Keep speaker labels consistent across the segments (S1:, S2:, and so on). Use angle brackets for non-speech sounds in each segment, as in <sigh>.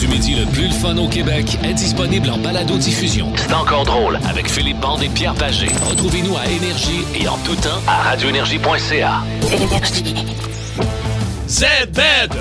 S1: comédie le plus le fun au Québec est disponible en balado-diffusion. C'est encore drôle avec Philippe Bande et Pierre Pagé. Retrouvez-nous à Énergie et en tout temps à radioénergie.ca.
S2: Z-Bed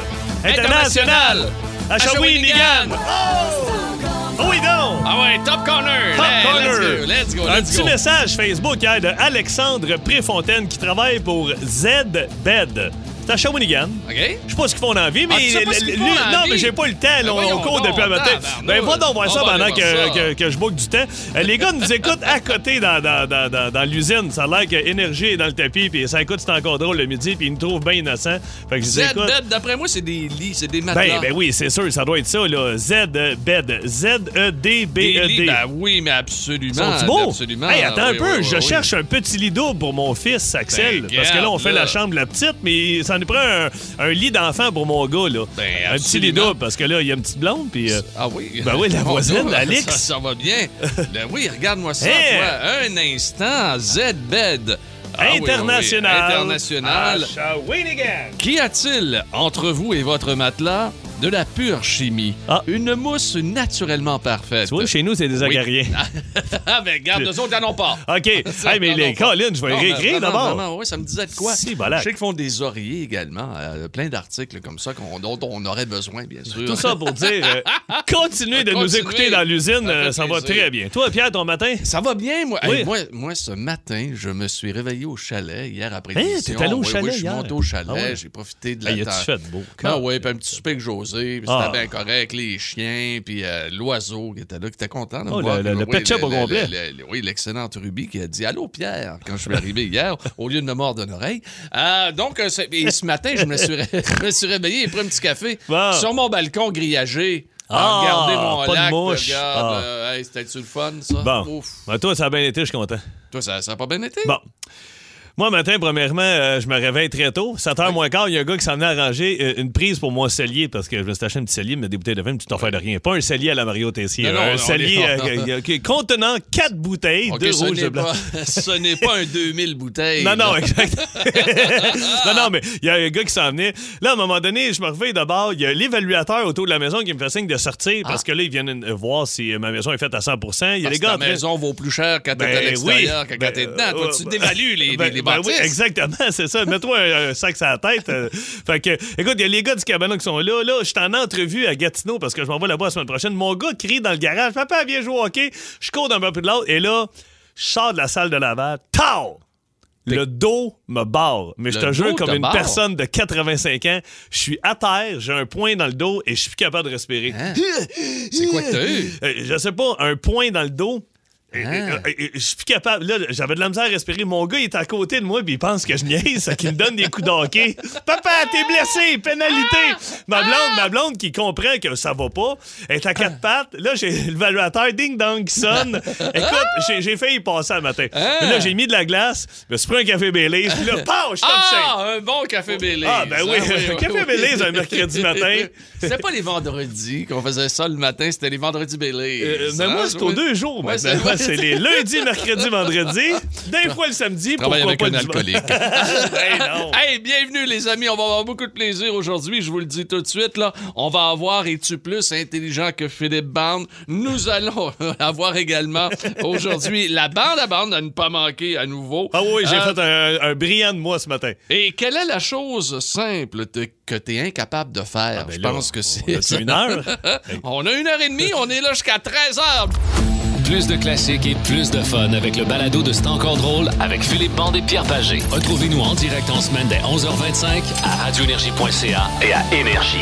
S2: International à Shawinigan.
S3: Oh oui, donc!
S2: Ah ouais, Top Corner.
S3: Top
S2: Hey,
S3: Corner.
S2: Let's go, let's go,
S3: Un
S2: let's
S3: petit
S2: go.
S3: message Facebook hier de Alexandre Préfontaine qui travaille pour Z-Bed. C'est à Shawinigan.
S2: OK.
S3: Je sais pas ce qu'ils font dans la vie, mais.
S2: Ah, tu sais pas ce qu'ils font
S3: lui-
S2: dans la
S3: non,
S2: vie?
S3: mais j'ai pas le temps, là,
S2: Ben
S3: on
S2: voyons
S3: court
S2: donc,
S3: depuis un matin.
S2: tabarnouche.
S3: Ben, va donc voir
S2: On
S3: ça
S2: va
S3: pendant
S2: aller
S3: que,
S2: voir ça.
S3: que- que je boucle du temps. Euh, Les gars nous écoutent à côté dans, dans- dans- dans- dans l'usine. Ça a l'air que énergie est dans le tapis, puis ça écoute, c'est encore drôle le midi, puis ils nous trouvent bien innocents. Fait que je les écoute.
S2: Z-Bed, d'après moi, c'est des lits, c'est des matelas.
S3: Ben, ben oui, c'est sûr, ça doit être ça, là. Z-Bed. E
S2: Des lits,
S3: Z-E-D-B-E-D.
S2: ben oui, mais absolument.
S3: Sont-tu beaux?
S2: Ben, Absolument.
S3: Hey, attends
S2: Ah,
S3: un
S2: oui,
S3: peu,
S2: oui,
S3: je
S2: oui, oui.
S3: cherche un petit lit double pour mon fils, Axel.
S2: Ben,
S3: parce que là, on
S2: regarde,
S3: fait
S2: là.
S3: la chambre de la petite, mais ça nous prend un, un lit d'enfant pour mon gars, là.
S2: Ben,
S3: un petit lit
S2: absolument.
S3: double, parce que là, il y a une petite blonde, puis... euh,
S2: Ah oui.
S3: Ben
S2: <laughs>
S3: oui, la
S2: Bonjour,
S3: voisine, Alix.
S2: Ça, ça va bien. Ben oui, regarde-moi ça,
S3: Hey!
S2: toi. Un instant, Z-Bed. Ah oui, oui, oui.
S3: international. Ah,
S2: International. Ah,
S3: À Shawinigan.
S2: Qu'y a-t-il entre vous et votre matelas de la pure chimie?
S3: Ah.
S2: Une mousse naturellement parfaite.
S3: Tu vois, chez nous, c'est des
S2: Oui.
S3: acariens.
S2: <laughs> Ah, ben garde, eux autres, ils n'en ont pas.
S3: OK. Hey, mais
S2: Ils en ont
S3: les
S2: pas.
S3: Colin, je vais
S2: Ah, Non, mais
S3: réécrire
S2: vraiment,
S3: Ah, ben, d'abord.
S2: vraiment, Oui, ça me disait de quoi.
S3: Si, voilà.
S2: Je sais qu'ils font des oreillers également, euh, plein d'articles comme ça qu'on, dont on aurait besoin, bien sûr. <laughs>
S3: Tout ça pour dire, euh, continuez de nous
S2: Continuez.
S3: écouter dans l'usine,
S2: Ça
S3: euh,
S2: fait
S3: ça va
S2: plaisir.
S3: très bien. Toi, Pierre, ton matin?
S2: Ça va bien, moi.
S3: Oui.
S2: Hey, moi. Moi, ce matin, je me suis réveillé au chalet hier après
S3: Hein,
S2: l'émission.
S3: t'es allé au
S2: Oui,
S3: chalet
S2: Oui, je suis
S3: hier?
S2: monté au chalet,
S3: Ah ouais.
S2: j'ai profité de la
S3: Hey, y a-tu
S2: terre.
S3: fait de beau?
S2: Ah ouais, puis un petit souper que José, puis
S3: Ah.
S2: c'était bien correct, les chiens, puis euh, l'oiseau qui était là, qui était content de
S3: Oh,
S2: me voir.
S3: le- le- le
S2: Oui,
S3: pet shop au
S2: le-
S3: complet.
S2: le- le- oui, l'excellente Ruby qui a dit « Allô, Pierre », quand je suis arrivé hier, <laughs> au lieu de me mordre une oreille. Euh, donc, euh, c'est- et ce matin, je me suis, ré- <laughs> je me suis réveillé et pris un petit café
S3: Bon.
S2: sur mon balcon grillagé.
S3: Ah,
S2: regardez mon
S3: pas de
S2: lac,
S3: mouche.
S2: regarde,
S3: Ah.
S2: euh, hey, c'était-tu le fun, ça?
S3: Bon.
S2: Ouf.
S3: Ben, toi, ça a bien été, je suis content.
S2: Toi, ça n'a pas bien été?
S3: Bon. Moi, matin, premièrement, euh, je me réveille très tôt. 7h moins quart, il y a un gars qui s'en venait arranger euh, une prise pour mon cellier, parce que je me suis acheté un petit cellier, mais des bouteilles de vin, une petite affaire de rien. Pas un cellier à la Mario Tessier.
S2: Non, non,
S3: un
S2: on est-
S3: cellier euh, qui- qui- contenant quatre bouteilles,
S2: OK,
S3: deux
S2: ce
S3: rouges,
S2: n'est
S3: deux blancs.
S2: pas- <laughs> ce n'est pas un 2000 bouteilles.
S3: Non, <laughs> non,
S2: là.
S3: exact. non, non, mais il y a un gars qui s'en venait. Là, à un moment donné, je me réveille d'abord. Il y a l'évaluateur autour de la maison qui me fait signe de sortir parce que là, ils viennent euh, voir si euh, ma maison est faite à 100 Il y a
S2: Ah. Parce
S3: les
S2: que
S3: gars
S2: ta
S3: en train-
S2: maison vaut plus cher quand t'es à
S3: Ben
S2: l'extérieur que
S3: ben,
S2: quand t'es dedans. Toi,
S3: euh,
S2: tu
S3: ben,
S2: dévalues les,
S3: ben,
S2: les, les
S3: ben oui,
S2: bâtisses.
S3: exactement, c'est ça. Mets-toi un, un sac sur la tête. euh. fait que, écoute, il y a les gars du cabanon qui sont là. Là, je suis en entrevue à Gatineau parce que je m'en vais là-bas la semaine prochaine. Mon gars crie dans le garage Papa, viens jouer au hockey. Je cours d'un peu plus de l'autre. Et là, je sors de la salle de lavage. Tao! Le dos me barre. Mais je
S2: Le
S3: te jure,
S2: dos
S3: comme
S2: te
S3: une
S2: barre?
S3: personne de 85 ans, je suis à terre, j'ai un point dans le dos et je suis plus capable de respirer.
S2: Hein? C'est quoi que t'as eu?
S3: Euh, je sais pas, un point dans le dos. Et- et-
S2: Ah.
S3: et- et- Je suis plus capable. Là, j'avais de la misère à respirer. Mon gars, il est à côté de moi, puis il pense que je niaise, ça qui me donne des coups
S2: <laughs>
S3: de hockey. Papa, t'es blessé,
S2: Ah!
S3: pénalité. Ma blonde, ma blonde qui comprend que ça va pas, elle est à quatre
S2: Ah!
S3: pattes. Là, j'ai l'évaluateur ding-dong qui
S2: <laughs>
S3: sonne. Écoute, j'ai- j'ai failli y passer le matin.
S2: Ah!
S3: Mais là, j'ai mis de la glace, je me suis pris un café Baileys,
S2: <laughs>
S3: puis là, paf, je suis
S2: Ah, un bon café Bélé.
S3: Ah, ben oui, café Baileys
S2: <laughs>
S3: un mercredi matin.
S2: C'était pas les vendredis qu'on faisait ça le matin, c'était les vendredis Bélé.
S3: Euh, mais moi, c'est aux deux jours.
S2: Ouais,
S3: maintenant.
S2: c'est- ouais,
S3: <laughs> c'est
S2: <laughs>
S3: les lundis, mercredi, vendredi. D'un fois le samedi, pourquoi
S2: Travaille avec
S3: pas
S2: un
S3: le dimanche.
S2: alcoolique.
S3: <laughs> Hey, non.
S2: Hey, bienvenue les amis, on va avoir beaucoup de plaisir aujourd'hui, je vous le dis tout de suite là. On va avoir es-tu plus intelligent que Philippe Bande Nous <laughs> allons avoir également aujourd'hui la bande à bande à ne pas manquer à nouveau.
S3: Ah oui, j'ai
S2: Euh,
S3: fait un, un brillant de moi ce matin.
S2: Et quelle est la chose simple te- que tu es incapable de faire
S3: ben
S2: Je
S3: là,
S2: pense que <laughs> c'est
S3: C'est une heure.
S2: On a une heure et demie, on est là jusqu'à 13 heures.
S1: Plus de classiques et plus de fun avec le balado de C'est encore drôle avec Philippe Bande et Pierre Pagé. Retrouvez-nous en direct en semaine dès 11h25 à radioénergie.ca et à Énergie.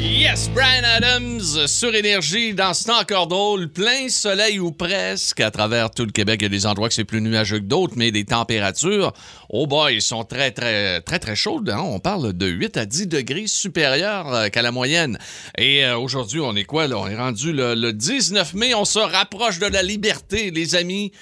S2: Yes, Brian Adams sur Énergie dans ce temps encore drôle, plein soleil ou presque à travers tout le Québec. Il y a des endroits que c'est plus nuageux que d'autres, mais les températures, oh boy, ils sont très, très, très, très chaudes. hein. On parle de 8 à 10 degrés supérieurs euh, qu'à la moyenne. Et euh, aujourd'hui, on est quoi, là? On est rendu le, le 19 mai. On se rapproche de la liberté, les amis.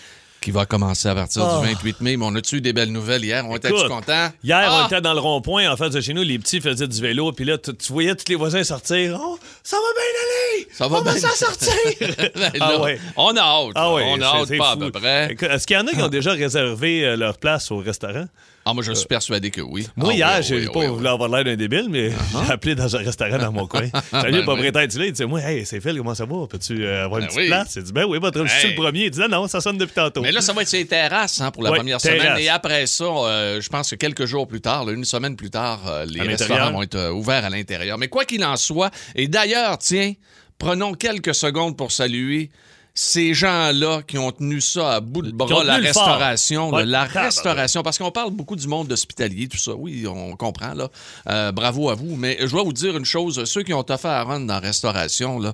S2: qui va commencer à partir
S3: Oh.
S2: du 28 mai. Mais on a-tu eu des belles nouvelles hier? On était-tu
S3: Écoute,
S2: contents?
S3: Hier,
S2: Ah!
S3: on était dans le rond-point en face de chez nous. Les petits faisaient du vélo. Puis là, tu tu voyais tous les voisins sortir. Oh, ça va bien aller!
S2: Ça va
S3: on va
S2: bien.
S3: s'en sortir!
S2: <laughs> <laughs> Ben
S3: <laughs> Ah
S2: là,
S3: ouais.
S2: On a hâte.
S3: Ah oui,
S2: on a hâte pas à peu près.
S3: Est-ce qu'il y en a qui ont déjà réservé euh, leur place au restaurant?
S2: Ah, moi, je suis persuadé que oui.
S3: Euh, Moi,
S2: Ah,
S3: hier,
S2: oui,
S3: j'ai
S2: oui,
S3: pas
S2: oui,
S3: voulu
S2: oui.
S3: avoir l'air d'un débile, mais j'ai appelé dans un restaurant dans
S2: <laughs>
S3: mon coin.
S2: Ben
S3: Salut, le propriétaire,
S2: oui.
S3: tu l'as, il dit Moi, hey, c'est Phil, comment ça va Peux-tu euh, avoir une
S2: Ben
S3: petite
S2: oui.
S3: place Il dit Ben oui, votre je suis
S2: Hey.
S3: le premier. Il dit Non, non, ça sonne depuis tantôt.
S2: Mais là, ça va être sur les terrasses hein, pour la
S3: Ouais,
S2: première semaine.
S3: terrasse.
S2: Et après ça, euh, je pense que quelques jours plus tard, là, une semaine plus tard, euh, les
S3: À l'intérieur.
S2: restaurants vont être euh, ouverts à l'intérieur. Mais quoi qu'il en soit, et d'ailleurs, tiens, prenons quelques secondes pour saluer ces gens-là qui ont tenu ça à bout de
S3: Qui ont
S2: bras,
S3: tenu
S2: la
S3: le fort.
S2: restauration,
S3: Ouais,
S2: là, la
S3: tabarnak.
S2: restauration, parce qu'on parle beaucoup du monde hospitalier, tout ça, oui, on comprend, là. Euh, bravo à vous, mais je dois vous dire une chose, ceux qui ont offert à Ron dans la restauration, là,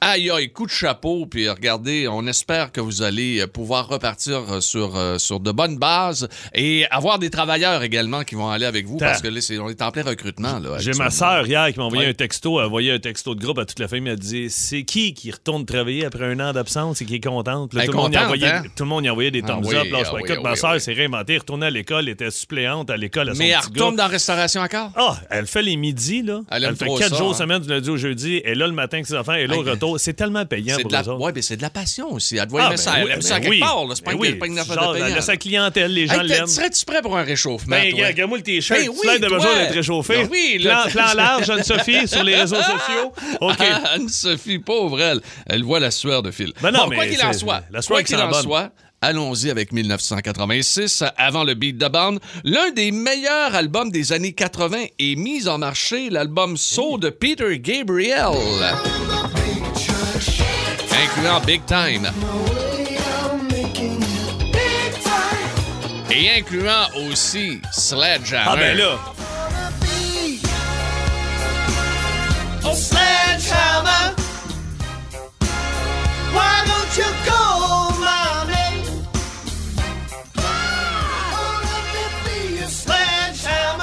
S2: Aïe, aïe, coup de chapeau, puis regardez, on espère que vous allez euh, pouvoir repartir euh, sur, euh, sur de bonnes bases et avoir des travailleurs également qui vont aller avec vous
S3: Ta-
S2: parce que là, c'est- on est en plein recrutement. là,
S3: J'ai
S2: actuellement.
S3: ma sœur hier qui m'a envoyé
S2: Ouais.
S3: un texto, elle a envoyé un texto de groupe à toute la famille, elle a dit C'est qui qui retourne travailler après un an d'absence et qui est contente Là,
S2: Elle est
S3: tout, le monde y a
S2: contente,
S3: envoyé-
S2: hein?
S3: tout le monde y a envoyé des
S2: Ah
S3: thumbs
S2: oui,
S3: up. Là, on
S2: ah
S3: se fait,
S2: oui,
S3: écoute,
S2: ah
S3: ma
S2: oui,
S3: sœur
S2: ah oui.
S3: s'est réinventée, retournée à l'école, était suppléante à l'école à son
S2: Mais elle
S3: petit gars.
S2: retourne dans la restauration encore?
S3: Ah, elle fait les midis, là.
S2: Elle
S3: Elle,
S2: aime
S3: fait
S2: trop
S3: quatre
S2: ça,
S3: jours
S2: hein.
S3: semaine, du lundi au jeudi. Et là, le matin avec ses enfants, et là, au
S2: Hey,
S3: retour. C'est tellement payant
S2: c'est
S3: pour
S2: de, la...
S3: eux autres.
S2: ouais, ben, c'est de la passion aussi. Elle doit
S3: Ah,
S2: aimer
S3: ben
S2: ça. Elle
S3: oui,
S2: aime ça à
S3: ben
S2: quelque
S3: oui.
S2: part. là. C'est pas
S3: Ben
S2: une-
S3: oui.
S2: pas une affaire
S3: Genre,
S2: de
S3: elle
S2: payant,
S3: a sa
S2: là.
S3: clientèle, les gens
S2: Hey, t'es-
S3: l'aiment.
S2: Serais-tu prêt pour un réchauffement?
S3: Ben,
S2: toi?
S3: gars, regarde-moi le t-shirt.
S2: Ben oui,
S3: tu l'as de
S2: toi.
S3: besoin d'être réchauffé.
S2: Ben oui,
S3: plan,
S2: là,
S3: plan large, Anne-Sophie, sur
S2: <laughs>
S3: les réseaux sociaux. OK.
S2: Ah. Anne-Sophie, pauvre elle, elle voit la sueur de fil.
S3: Ben non,
S2: bon,
S3: mais
S2: quoi qu'il en
S3: c'est-
S2: soit,
S3: la sueur
S2: quoi
S3: qui
S2: qu'il
S3: sent
S2: en
S3: bonne.
S2: soit, allons-y avec 1986, avant le beat de band. L'un des meilleurs albums des années 80 est mis en marché, l'album Soul de Peter Gabriel. Incluant Big Time. Et incluant aussi Sledgehammer.
S3: Ah, ben là.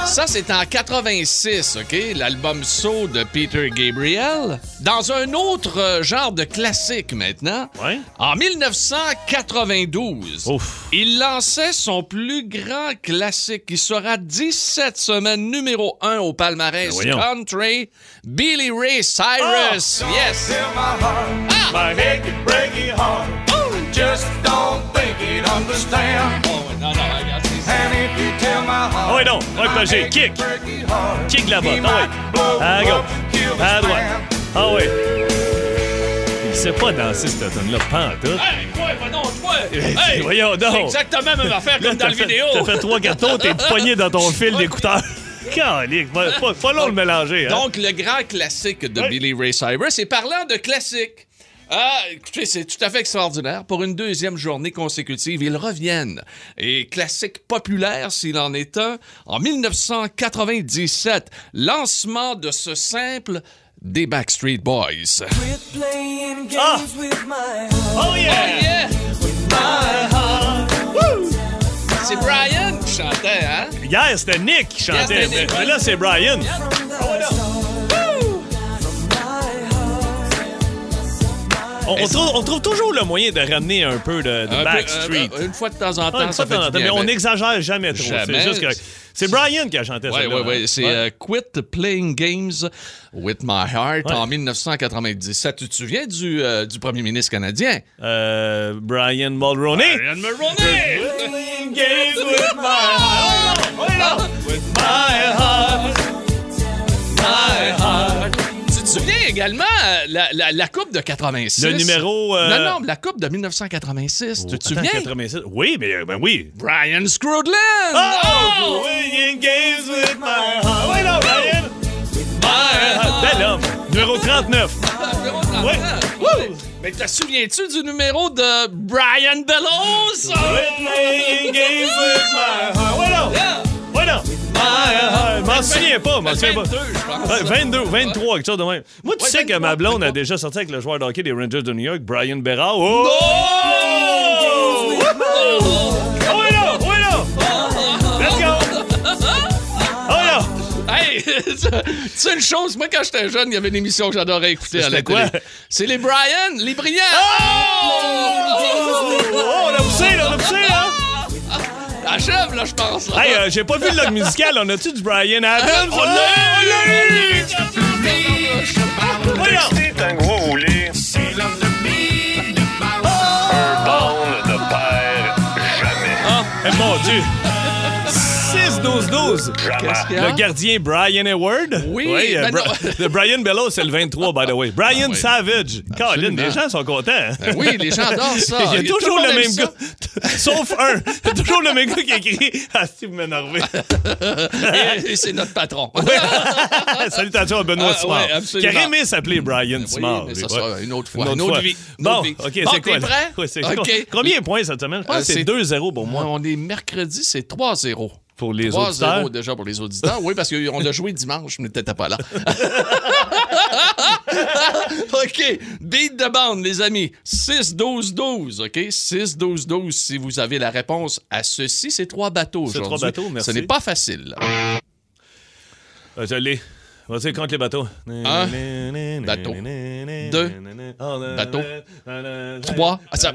S2: Ça, c'est en 86, OK? L'album So de Peter Gabriel. Dans un autre euh, genre de classique maintenant.
S3: Ouais. Oh.
S2: En 1992,
S3: Ouf.
S2: il lançait son plus grand classique qui sera 17 semaines numéro 1 au palmarès
S3: Ben voyons.
S2: country, Billy Ray Cyrus.
S3: Ah!
S2: yes! Oh,
S3: Ah ouais, non. Ouais, que j'ai kick. Kick la botte. Ah ouais. À gauche. À droite. Ah ouais. Il sait pas danser cette tonne-là, pantoute.
S2: Hey, toi, va donc, toi!
S3: Hey, Eh, Voyons donc.
S2: C'est exactement la même affaire
S3: Là,
S2: comme dans
S3: t'as
S2: le
S3: fait-
S2: vidéo.
S3: T'as fait trois
S2: <laughs>
S3: gâteaux, t'es poigné dans ton fil d'écouteur. Calique, pas, pas, pas long de mélanger. Hein?
S2: Donc, le grand classique de
S3: Oui.
S2: Billy Ray Cyrus. Et parlant de classique, ah, écoutez, c'est tout à fait extraordinaire. Pour une deuxième journée consécutive, ils reviennent. Et classique populaire, s'il en est un, en 1997, lancement de ce simple des Backstreet Boys.
S3: Ah! Oh
S2: Oh
S3: yeah!
S2: yeah! C'est Brian qui chantait, hein?
S3: Hier, c'était Nick qui chantait,
S2: c'était
S3: mais,
S2: Nick,
S3: mais
S2: ouais.
S3: là, c'est Brian. On, on trouve, on trouve toujours le moyen de ramener un peu de, de
S2: Un peu,
S3: Backstreet.
S2: euh, une fois de temps en temps,
S3: Ah, une fois
S2: ça
S3: de
S2: fait
S3: temps en
S2: du
S3: temps,
S2: bien
S3: mais on
S2: avec.
S3: n'exagère jamais trop.
S2: Jamais.
S3: C'est juste que c'est Brian qui a chanté ça. hein.
S2: Oui, oui, oui. C'est euh, Quit Playing Games with My Heart
S3: Ouais.
S2: en 1997. Tu te souviens du, euh, du premier ministre canadien?
S3: Euh, Brian Mulroney. Playing games with my heart. With my heart. My heart.
S2: Tu te souviens également euh, la, la, la Coupe de 86?
S3: Le numéro, euh, Oh,
S2: Non, non, la Coupe de 1986. tu te
S3: Attends,
S2: souviens?
S3: 86. Oui, mais euh, ben oui.
S2: Brian Scroodland!
S3: Oh! Playing games with my heart. Oui, non, Brian. Ah, Bel homme. Numéro 39. Oui.
S2: Wouh! Mais te souviens-tu du numéro de Brian Bellows?
S3: Playing games with my heart. Oui, non.
S2: Ah!
S3: Oui, non. Je m'en souviens pas, je m'en souviens pas.
S2: 22, je pense.
S3: Ouais, 22, 23, quelque chose de même. Moi, tu
S2: Ouais,
S3: sais que ma
S2: 23,
S3: blonde a
S2: 23.
S3: déjà sorti avec le joueur de hockey des Rangers de New York, Brian Berra. Oh!
S2: Oh!
S3: Wouhou! Oh, oui, là! Oui, là! Let's go! Oh, là!
S2: Hey, <laughs> tu sais une chose, moi quand j'étais jeune, il y avait une émission que j'adorais écouter à la
S3: C'était quoi? Ah!
S2: télé. C'est les Brian, les Brian.
S3: Oh, on a poussé, là, on a marché, là!
S2: Ah! Achève, là, je pense. là.
S3: Hey, euh, j'ai pas vu le log musical. On a-tu du Brian Adams? Oh,
S2: On l'a eu!
S3: On l'a eu! Voyons!
S4: C'est un gros roulé. C'est l'homme de mine de Un bond ne perd jamais.
S3: Eh, mon Dieu! 6-12-12!
S2: Qu'est-ce qu'il y a?
S3: Le gardien Brian Hayward.
S2: Hein? Oui,
S3: euh,
S2: ben
S3: Bra- <laughs>
S2: non. Ah
S3: le Brian Bellow, c'est le 23, by the way. Brian
S2: oui.
S3: Savage. Colin,
S2: Absolument.
S3: les gens sont contents. hein?
S2: Ben oui, Ah, les gens adorent ça.
S3: <laughs> Il y a
S2: Tout
S3: toujours
S2: monde
S3: le
S2: aime
S3: même
S2: ça.
S3: gars, <laughs> sauf un. Il y a toujours le même gars qui écrit <laughs> Ah, si vous
S2: <laughs>
S3: m'énervez.
S2: Et, et c'est notre
S3: <laughs>
S2: patron.
S3: Salutations à Benoît
S2: Ah,
S3: Simard.
S2: ouais,
S3: qui
S2: absolument. Ben
S3: aurait aimé s'appeler Brian
S2: Oui,
S3: Simard.
S2: mais
S3: lui,
S2: ça
S3: ouais.
S2: sera une autre fois, une autre vie, une
S3: Bon,
S2: autre vie.
S3: OK,
S2: Bon,
S3: c'est quoi?
S2: t'es
S3: là?
S2: prêt?
S3: Ouais, c'est
S2: OK.
S3: quoi? Combien de points cette semaine? Je pense
S2: Euh,
S3: que c'est
S2: c'est-
S3: 2-0 pour moi.
S2: on est mercredi, c'est 3-0.
S3: Pour les auditeurs.
S2: 3-0 déjà pour les auditeurs. Oui, parce qu'on a joué dimanche, mais peut-être
S3: <laughs>
S2: pas là. OK. Beat de bande, les amis. 6-12-12. OK? 6-12-12. Si vous avez la réponse à ceci, c'est trois bateaux
S3: C'est
S2: aujourd'hui.
S3: trois bateaux, merci.
S2: Ce n'est pas facile.
S3: Euh, je l'ai. Vas-y, compte les bateaux.
S2: Un, bateau. Deux, bateau. Trois. Ah, ça-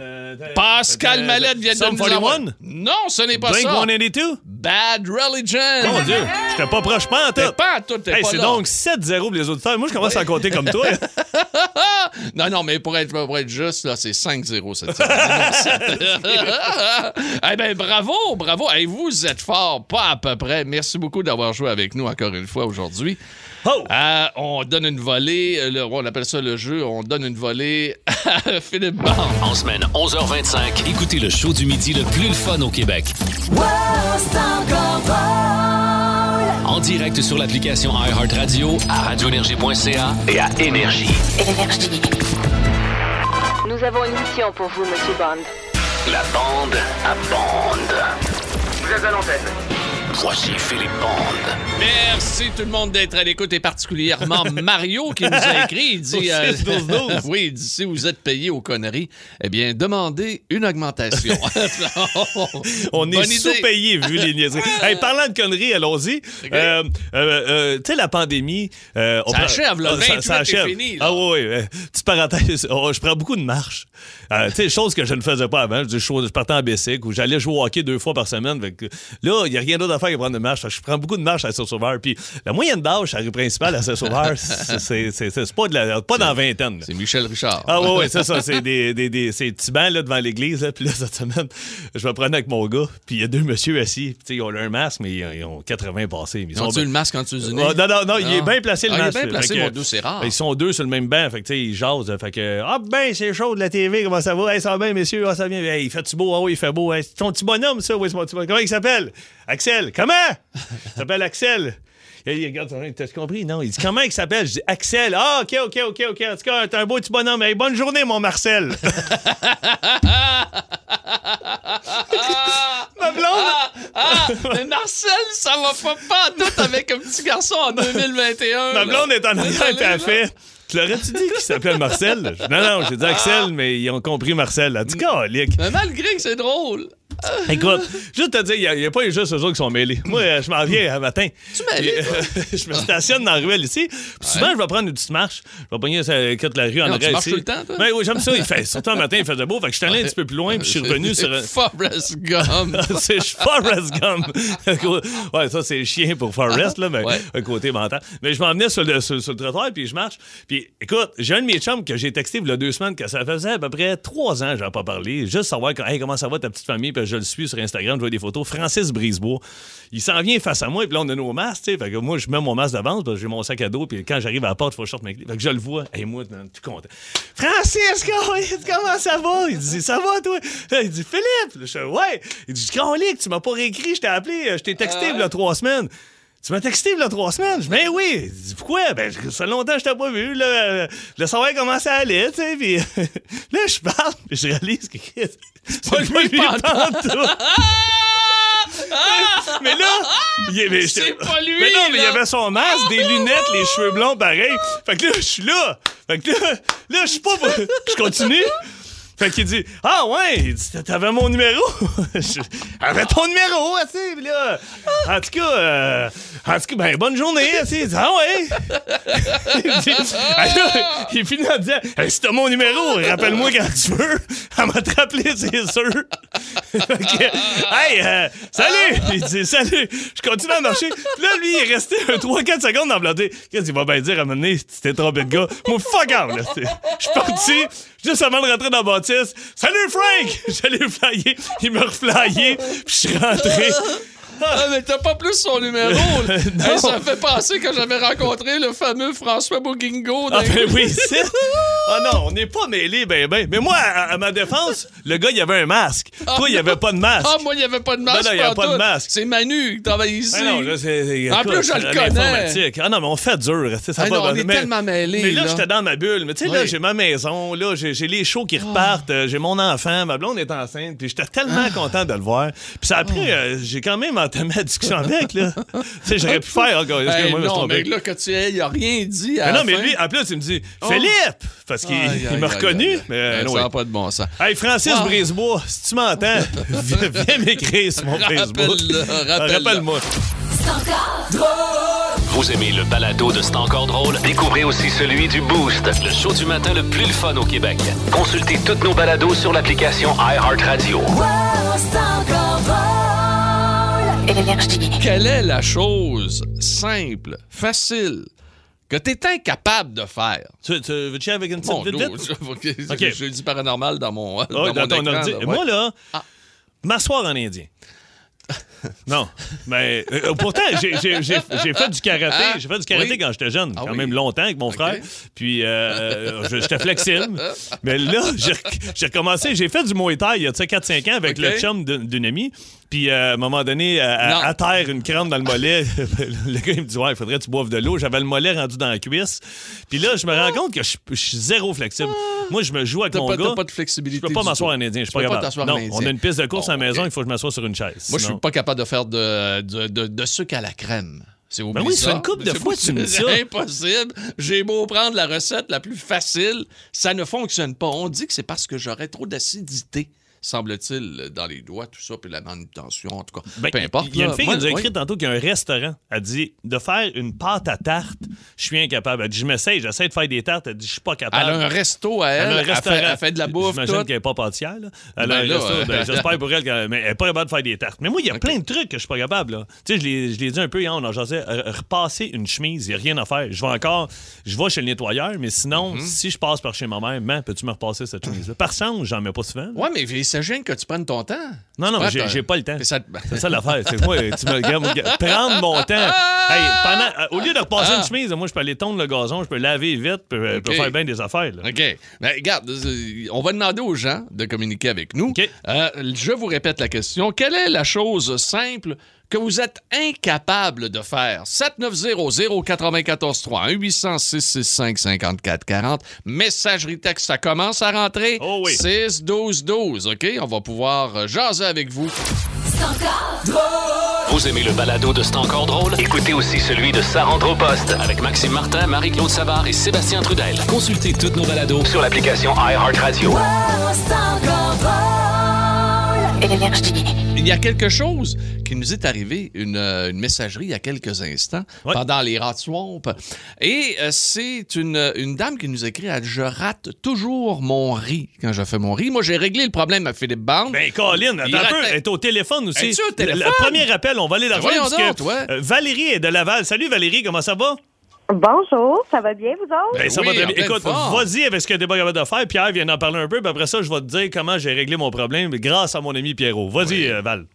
S2: Pascal Mallette vient de
S3: Somme
S2: nous avoir-
S3: 41?
S2: Non, ce n'est pas
S3: Euh, Blink
S2: ça.
S3: 182?
S2: Bad Religion.
S3: Mon Dieu, j'étais pas proche, pas en tout.
S2: T'es pas en tout, t'es
S3: Hey,
S2: pas
S3: c'est
S2: là.
S3: donc 7-0 pour les auditeurs. Moi, je commence à compter
S2: <laughs>
S3: comme toi.
S2: Ah! Non, non, mais pour être, pour être juste, là, c'est 5-0 cette semaine. <laughs> eh bien, bravo, bravo. Eh, vous êtes fort, pas à peu près. Merci beaucoup d'avoir joué avec nous encore une fois aujourd'hui.
S3: Oh!
S2: Euh, on donne une volée, euh, le- on appelle ça le jeu, on donne une volée à <laughs> Philippe Bond.
S1: En semaine 11h25, écoutez le show du midi le plus le fun au Québec. En direct sur l'application iHeartRadio, à radioénergie.ca et à Énergie.
S5: Nous avons une mission pour vous, Monsieur Bond.
S1: La bande à bande.
S4: Vous êtes à l'antenne.
S1: Voici Philippe Bond.
S2: Merci tout le monde d'être à l'écoute et
S3: <laughs>
S2: particulièrement Mario qui nous a écrit. Il dit, euh,
S3: Au 6 12 12.
S2: <laughs> oui, il dit, si vous êtes payé aux conneries, eh bien, demandez une augmentation.
S3: <laughs>
S2: <laughs>
S3: On
S2: Bonne
S3: est
S2: idée.
S3: sous-payé vu les
S2: <laughs>
S3: niaiseries. Hey, parlant de conneries, allons-y. Euh, euh, euh, tu sais, la pandémie. euh, on
S2: Ça achève, là.
S3: Ah,
S2: 28 est fini, là.
S3: Ah oui, oui. euh, petite parenthèse. <laughs> oh, je prends beaucoup de marches. Euh, tu sais, chose que je ne faisais pas avant. Je, dis, je je partais en bicycle ou j'allais jouer au hockey deux fois par semaine. Fait que là, il n'y a rien d'autre à faire que prendre de marche. Fait que Je prends beaucoup de marches à Saint-Sauveur. Puis la moyenne d'âge à la rue principale à Saint-Sauveur, <laughs> c'est- c'est c'est- c'est pas, de la, pas dans la vingtaine. là.
S2: C'est Michel Richard.
S3: Ah ouais, ouais, c'est ça, c'est des, des, des ces petits bancs là, devant l'église. Là, puis là, cette semaine, je me prenais avec mon gars, puis il y a deux messieurs assis. Puis, tu sais, ils ont leur masque, mais ils ont, ils ont 80 passés. mais Ils
S2: Ils ont-tu le masque en dessous du nez?
S3: Ah, non, non, non, il est
S2: Non.
S3: bien placé le
S2: Ah, il est
S3: masque.
S2: bien
S3: Fait
S2: placé,
S3: que,
S2: mon Dieu, c'est rare.
S3: Ils sont deux sur le même banc, fait que tu sais, ils jasent. Fait que, ah ben, c'est chaud de la TV, comment ça va? Hey, ça va bien, messieurs, ah, ça vient. Hey, il fait-tu beau? Ah oui, il fait beau. Hey, c'est ton petit bonhomme, ça? Oui, c'est mon petit bonhomme. Comment il s'appelle? Axel.
S2: <laughs>
S3: Comment? Il s'appelle Axel. Il il regarde, son œil, t'as-tu compris? Non, il dit comment il s'appelle? Je dis Axel. Ah, ok, ok, ok, ok. En tout cas, t'es un beau petit bonhomme. Hey, bonne journée, mon
S2: <laughs>
S3: Marcel. Ma blonde,
S2: Ah, ah, mais Marcel, ça va pas pas en tout avec un petit garçon en 2021. là.
S3: Ma blonde est en arrière, puis
S2: là.
S3: elle fait. Tu l'aurais-tu dit qu'il s'appelait Marcel? Je dis, non, non, j'ai dit
S2: Ah.
S3: Axel, mais ils ont compris Marcel. Elle dit, calique.
S2: Mais malgré que c'est drôle.
S3: Ben, Écoute, juste te dire, il n'y a, pas juste eux autres qui sont mêlés. Moi, euh, je m'en viens un matin.
S2: Tu m'avais-
S3: Puis, euh, <laughs> je me stationne dans la ruelle ici. Puis souvent, je vais prendre une petite marche. Je vais pogner euh, contre la rue en
S2: Non, tu
S3: arrière
S2: marches
S3: ici.
S2: tout le temps, toi?
S3: Ben oui, j'aime ça. Il fait, surtout le matin, il faisait beau. Fait que je suis allé un petit peu plus loin, puis je
S2: <laughs>
S3: suis revenu sur <laughs> un.
S2: Forrest
S3: <laughs>
S2: Gump.
S3: c'est Forrest Gump. <laughs> ouais, ça, c'est chien pour Forrest, là, mais
S2: Ouais.
S3: un côté mental. Mais je m'emmenais sur le, sur, sur le trottoir, puis je marche. Puis écoute, j'ai un de mes chums que j'ai texté il y a deux semaines, que ça faisait à peu près trois ans, j'en ai pas parlé. Juste savoir quand- hey, comment ça va ta petite famille, puis je le suis sur Instagram, je vois des photos. Francis Brisebois, il s'en vient face à moi, puis là, on a nos masques, tu sais. Fait que moi, je mets mon masque d'avance, parce que j'ai mon sac à dos, puis quand j'arrive à la porte, il faut que je sorte mes clés. Fait que je le vois, et moi, man, tout content. Francis, Caroline, comment ça va? Il dit, ça va, toi? Là, Il dit, Philippe! Je fais, ouais! Il dit, Caroline, tu m'as pas réécrit, je t'ai appelé, je t'ai texté il y a trois semaines. Tu m'as texté il y a trois semaines? Je dis, ben oui! Il dit, pourquoi? Ben, je- ça fait longtemps que je t'ai pas vu, là. Je voulais savoir comment ça allait, tu sais, puis <laughs> là, je parle, puis je réalise que Chris, c'est pas lui, pantoute. Ah! Mais là, il est, mais
S2: Ah! C'est
S3: j'étais-
S2: pas lui,
S3: Mais non, mais il
S2: là. Ah,
S3: avait son masque, des lunettes, les cheveux blonds, pareil. Fait que là, je suis là. Fait que là, là, je suis pas. <laughs> Je continue. Fait qu'il dit Ah ouais, il dit, t'avais mon numéro. Je- Avec ton numéro, tu sais, puis là. En tout cas, euh, en tout cas, ben, bonne journée, tu sais. Il dit, Ah ouais! Il dit- Ah, là, il finit en disant, Hey, si t'as mon numéro, rappelle-moi quand tu veux. Elle m'a te rappeler, c'est sûr. <laughs> Fait que, hey, euh, salut! Il dit, salut! Je continue à marcher. Puis là, lui, il est resté 3-4 secondes dans le blindé. Qu'est-ce qu'il va bien dire à un moment donné, tu t'es trompé de gars? Moi, fuck off, là. C'est- Je suis parti, juste avant de rentrer dans la bâtisse. Salut, Frank! <laughs> J'allais flyer. Il m'a reflyé, puis je suis rentré.
S2: Ah, mais t'as pas plus son numéro. là.
S3: <laughs> Non.
S2: Hey, ça me fait penser quand j'avais rencontré le fameux François Bouguingo. d'un
S3: Ah ben
S2: coup.
S3: oui, c'est... Ah non, on n'est pas mêlés, ben ben. Mais moi, à, à ma défense, le gars, il avait un masque. Toi, il avait pas de masque.
S2: Ah, moi, il n'y avait pas de masque.
S3: Non, non, il y avait pas de
S2: pantoute.
S3: masque.
S2: C'est Manu qui travaille ici.
S3: Ah non, là, c'est- c'est-
S2: En
S3: écoute,
S2: plus, je
S3: c'est
S2: le
S3: l'informatique. Ah non, mais on fait dur. c'est- Ça
S2: Ah
S3: va
S2: non,
S3: pas-
S2: on est tellement mêlés,
S3: Mais là,
S2: là.
S3: j'étais dans ma bulle. Mais tu sais, là,
S2: Oui. Ah.
S3: j'ai ma maison, là, j'ai j'ai les shows qui repartent, euh, j'ai mon enfant, ma blonde est enceinte, puis j'étais
S2: Ah.
S3: tellement content de le voir. Puis ça a pris, euh, j'ai quand même entamé la discussion
S2: <laughs>
S3: avec, là. tu sais, j'aurais pu faire, encore.
S2: Hey,
S3: excuse-moi, je me suis
S2: Ben non,
S3: trompé.
S2: mais là, quand tu es, il a rien dit. À
S3: Mais
S2: la
S3: non, mais
S2: fin. Oh.
S3: lui, en plus, il me dit Philippe! Parce qu'il
S2: Aïe,
S3: il
S2: aïe,
S3: m'a
S2: aïe,
S3: reconnu.
S2: aïe, aïe.
S3: Mais,
S2: Ben,
S3: euh,
S2: Ça
S3: anyway.
S2: n'a pas de bon sens.
S3: Hey, Francis
S2: Ah.
S3: Brisebois, si tu
S2: <laughs>
S3: m'entends, viens viens m'écrire sur mon
S2: Rappelle-le,
S3: Facebook.
S2: rappelle-le.
S3: Rappelle-moi.
S1: Vous aimez le balado de C'est encore drôle? Découvrez aussi celui du Boost, le show du matin le plus le fun au Québec. Consultez toutes nos balados sur l'application iHeartRadio.
S2: Quelle est la chose simple, facile, que tu es incapable de faire?
S3: Tu, tu veux chier avec une petite
S2: Bon,
S3: vite,
S2: nous,
S3: vite?
S2: je-
S3: Ok.
S2: Je dis paranormal dans mon, <laughs> dans
S3: Ah,
S2: mon
S3: dans ton
S2: écran,
S3: ordi.
S2: là,
S3: Et
S2: ouais.
S3: Moi, là,
S2: Ah.
S3: m'asseoir en indien.
S2: <laughs>
S3: non, mais euh, pourtant, j'ai j'ai- j'ai- j'ai fait du karaté.
S2: Ah,
S3: J'ai fait du karaté
S2: oui.
S3: quand j'étais jeune,
S2: Ah
S3: quand
S2: oui.
S3: même longtemps avec mon frère. Puis euh, je-
S2: <laughs>
S3: j'étais flexible. mais là, j'ai rec- j'ai recommencé. J'ai fait du Muay Thai il y a tu sais, 4-5 ans avec
S2: Ok.
S3: le chum d'une d'une amie. Puis euh, à un moment donné, à-
S2: Non.
S3: à, à terre, une crampe dans le mollet. <laughs> le gars, il me dit Ouais, il faudrait que tu boives de l'eau. J'avais le mollet rendu dans la cuisse. Puis là, je me
S2: Ah.
S3: rends compte que je je suis zéro flexible. Moi, je me joue avec
S2: T'as
S3: mon
S2: pas-
S3: gars.
S2: t'as pas de flexibilité
S3: Je peux pas
S2: du
S3: m'asseoir
S2: tout.
S3: en indien. Je suis
S2: Tu
S3: pas
S2: peux pas
S3: capable.
S2: t'asseoir en
S3: non,
S2: indien.
S3: on a une piste de course
S2: Bon,
S3: à la maison.
S2: ok.
S3: Il faut que je m'assoie sur une chaise.
S2: Moi, je suis
S3: sinon-
S2: pas capable de faire de, de, de, de sucre à la crème. C'est oublié
S3: Ben oui,
S2: ça.
S3: ça fait une couple de
S2: C'est
S3: fois que tu me dis ça.
S2: C'est <laughs> impossible. J'ai beau prendre la recette la plus facile, ça ne fonctionne pas. On dit que c'est parce que j'aurais trop d'acidité, semble-t-il, dans les doigts, tout ça, puis la manutention, en tout cas.
S3: Ben,
S2: Peu importe.
S3: Il y a une
S2: là.
S3: fille
S2: Moi,
S3: qui nous a écrit
S2: oui.
S3: tantôt qu'il y a un restaurant. Elle dit de faire une pâte à tarte, je suis incapable. Elle dit je m'essaye, j'essaie de faire des tartes. Elle dit je suis pas capable.
S2: Elle a un resto à elle.
S3: a un
S2: Elle, fait, elle fait de la bouffe.
S3: J'imagine
S2: Tout.
S3: qu'elle n'est pas pâtissière. Là. Elle a
S2: Ben
S3: un
S2: là,
S3: resto.
S2: euh,
S3: Ben, J'espère pour elle qu'elle mais elle est pas capable de faire des tartes. Mais moi, il y a plein de trucs que je suis pas capable. là. Tu sais, je l'ai- je l'ai dit un peu hier, on en jasait. euh, Repasser une chemise, il n'y a rien à faire. Je vais encore. Je vais chez le nettoyeur, mais sinon,
S2: Mhm.
S3: si je passe par chez ma mère, man, peux-tu me repasser cette chemise-là? Par chance, j'en mets pas souvent. là.
S2: Ouais, mais il s'agit que tu prennes ton temps.
S3: Non,
S2: Tu
S3: non,
S2: prends
S3: j'ai
S2: ton-
S3: j'ai pas le temps.
S2: Mais ça-
S3: C'est ça l'affaire. C'est que moi, tu me regardes, moi, regarde, prendre mon temps. Hey, pendant- euh, au lieu de repasser
S2: Ah.
S3: une chemise, moi, je peux aller tondre le gazon, je peux laver vite, je peux, euh, je peux
S2: Ok.
S3: faire bien des affaires. là.
S2: OK. Ben, regarde, euh, on va demander aux gens de communiquer avec nous.
S3: OK.
S2: Euh, je vous répète la question. Quelle est la chose simple que vous êtes incapable de faire? 7900-943-1 800-665-5440. Messagerie texte, ça commence à rentrer.
S3: Oh oui.
S2: 6-12-12. OK? On va pouvoir euh, jaser avec vous.
S1: Vous aimez le balado de C'est encore drôle? Écoutez aussi celui de Sa rentre au poste avec Maxime Martin, Marie-Claude Savard et Sébastien Trudel. Consultez toutes nos balados sur l'application iHeartRadio.
S2: Il y a quelque chose qui nous est arrivé, une, euh, une messagerie il y a quelques instants,
S3: Ouais.
S2: pendant les rats swamp. Et euh, c'est une, une dame qui nous écrit elle, Je rate toujours mon riz quand je fais mon riz. Moi, j'ai réglé le problème à Philippe Barnes.
S3: Ben, Colin,
S2: Il
S3: attends un peu.
S2: ratait.
S3: Elle est au téléphone aussi.
S2: Es-tu au
S3: Le-
S2: téléphone?
S3: Le, premier appel, on va aller la
S2: Ben,
S3: rejoindre.
S2: voyons
S3: parce que,
S2: donc, ouais. Ben
S3: euh, Valérie est de Laval. Salut Valérie, comment ça va?
S6: Bonjour, ça va bien, vous autres?
S3: Ben, ça
S2: oui,
S3: va très
S2: en
S3: bien.
S2: pleine
S3: Écoute,
S2: forme.
S3: vas-y avec ce que t'es pas capable de faire. Pierre vient d'en parler un peu, puis après ça, je vais te dire comment j'ai réglé mon problème grâce à mon ami Pierrot. Vas-y,
S2: Oui.
S3: euh, Val.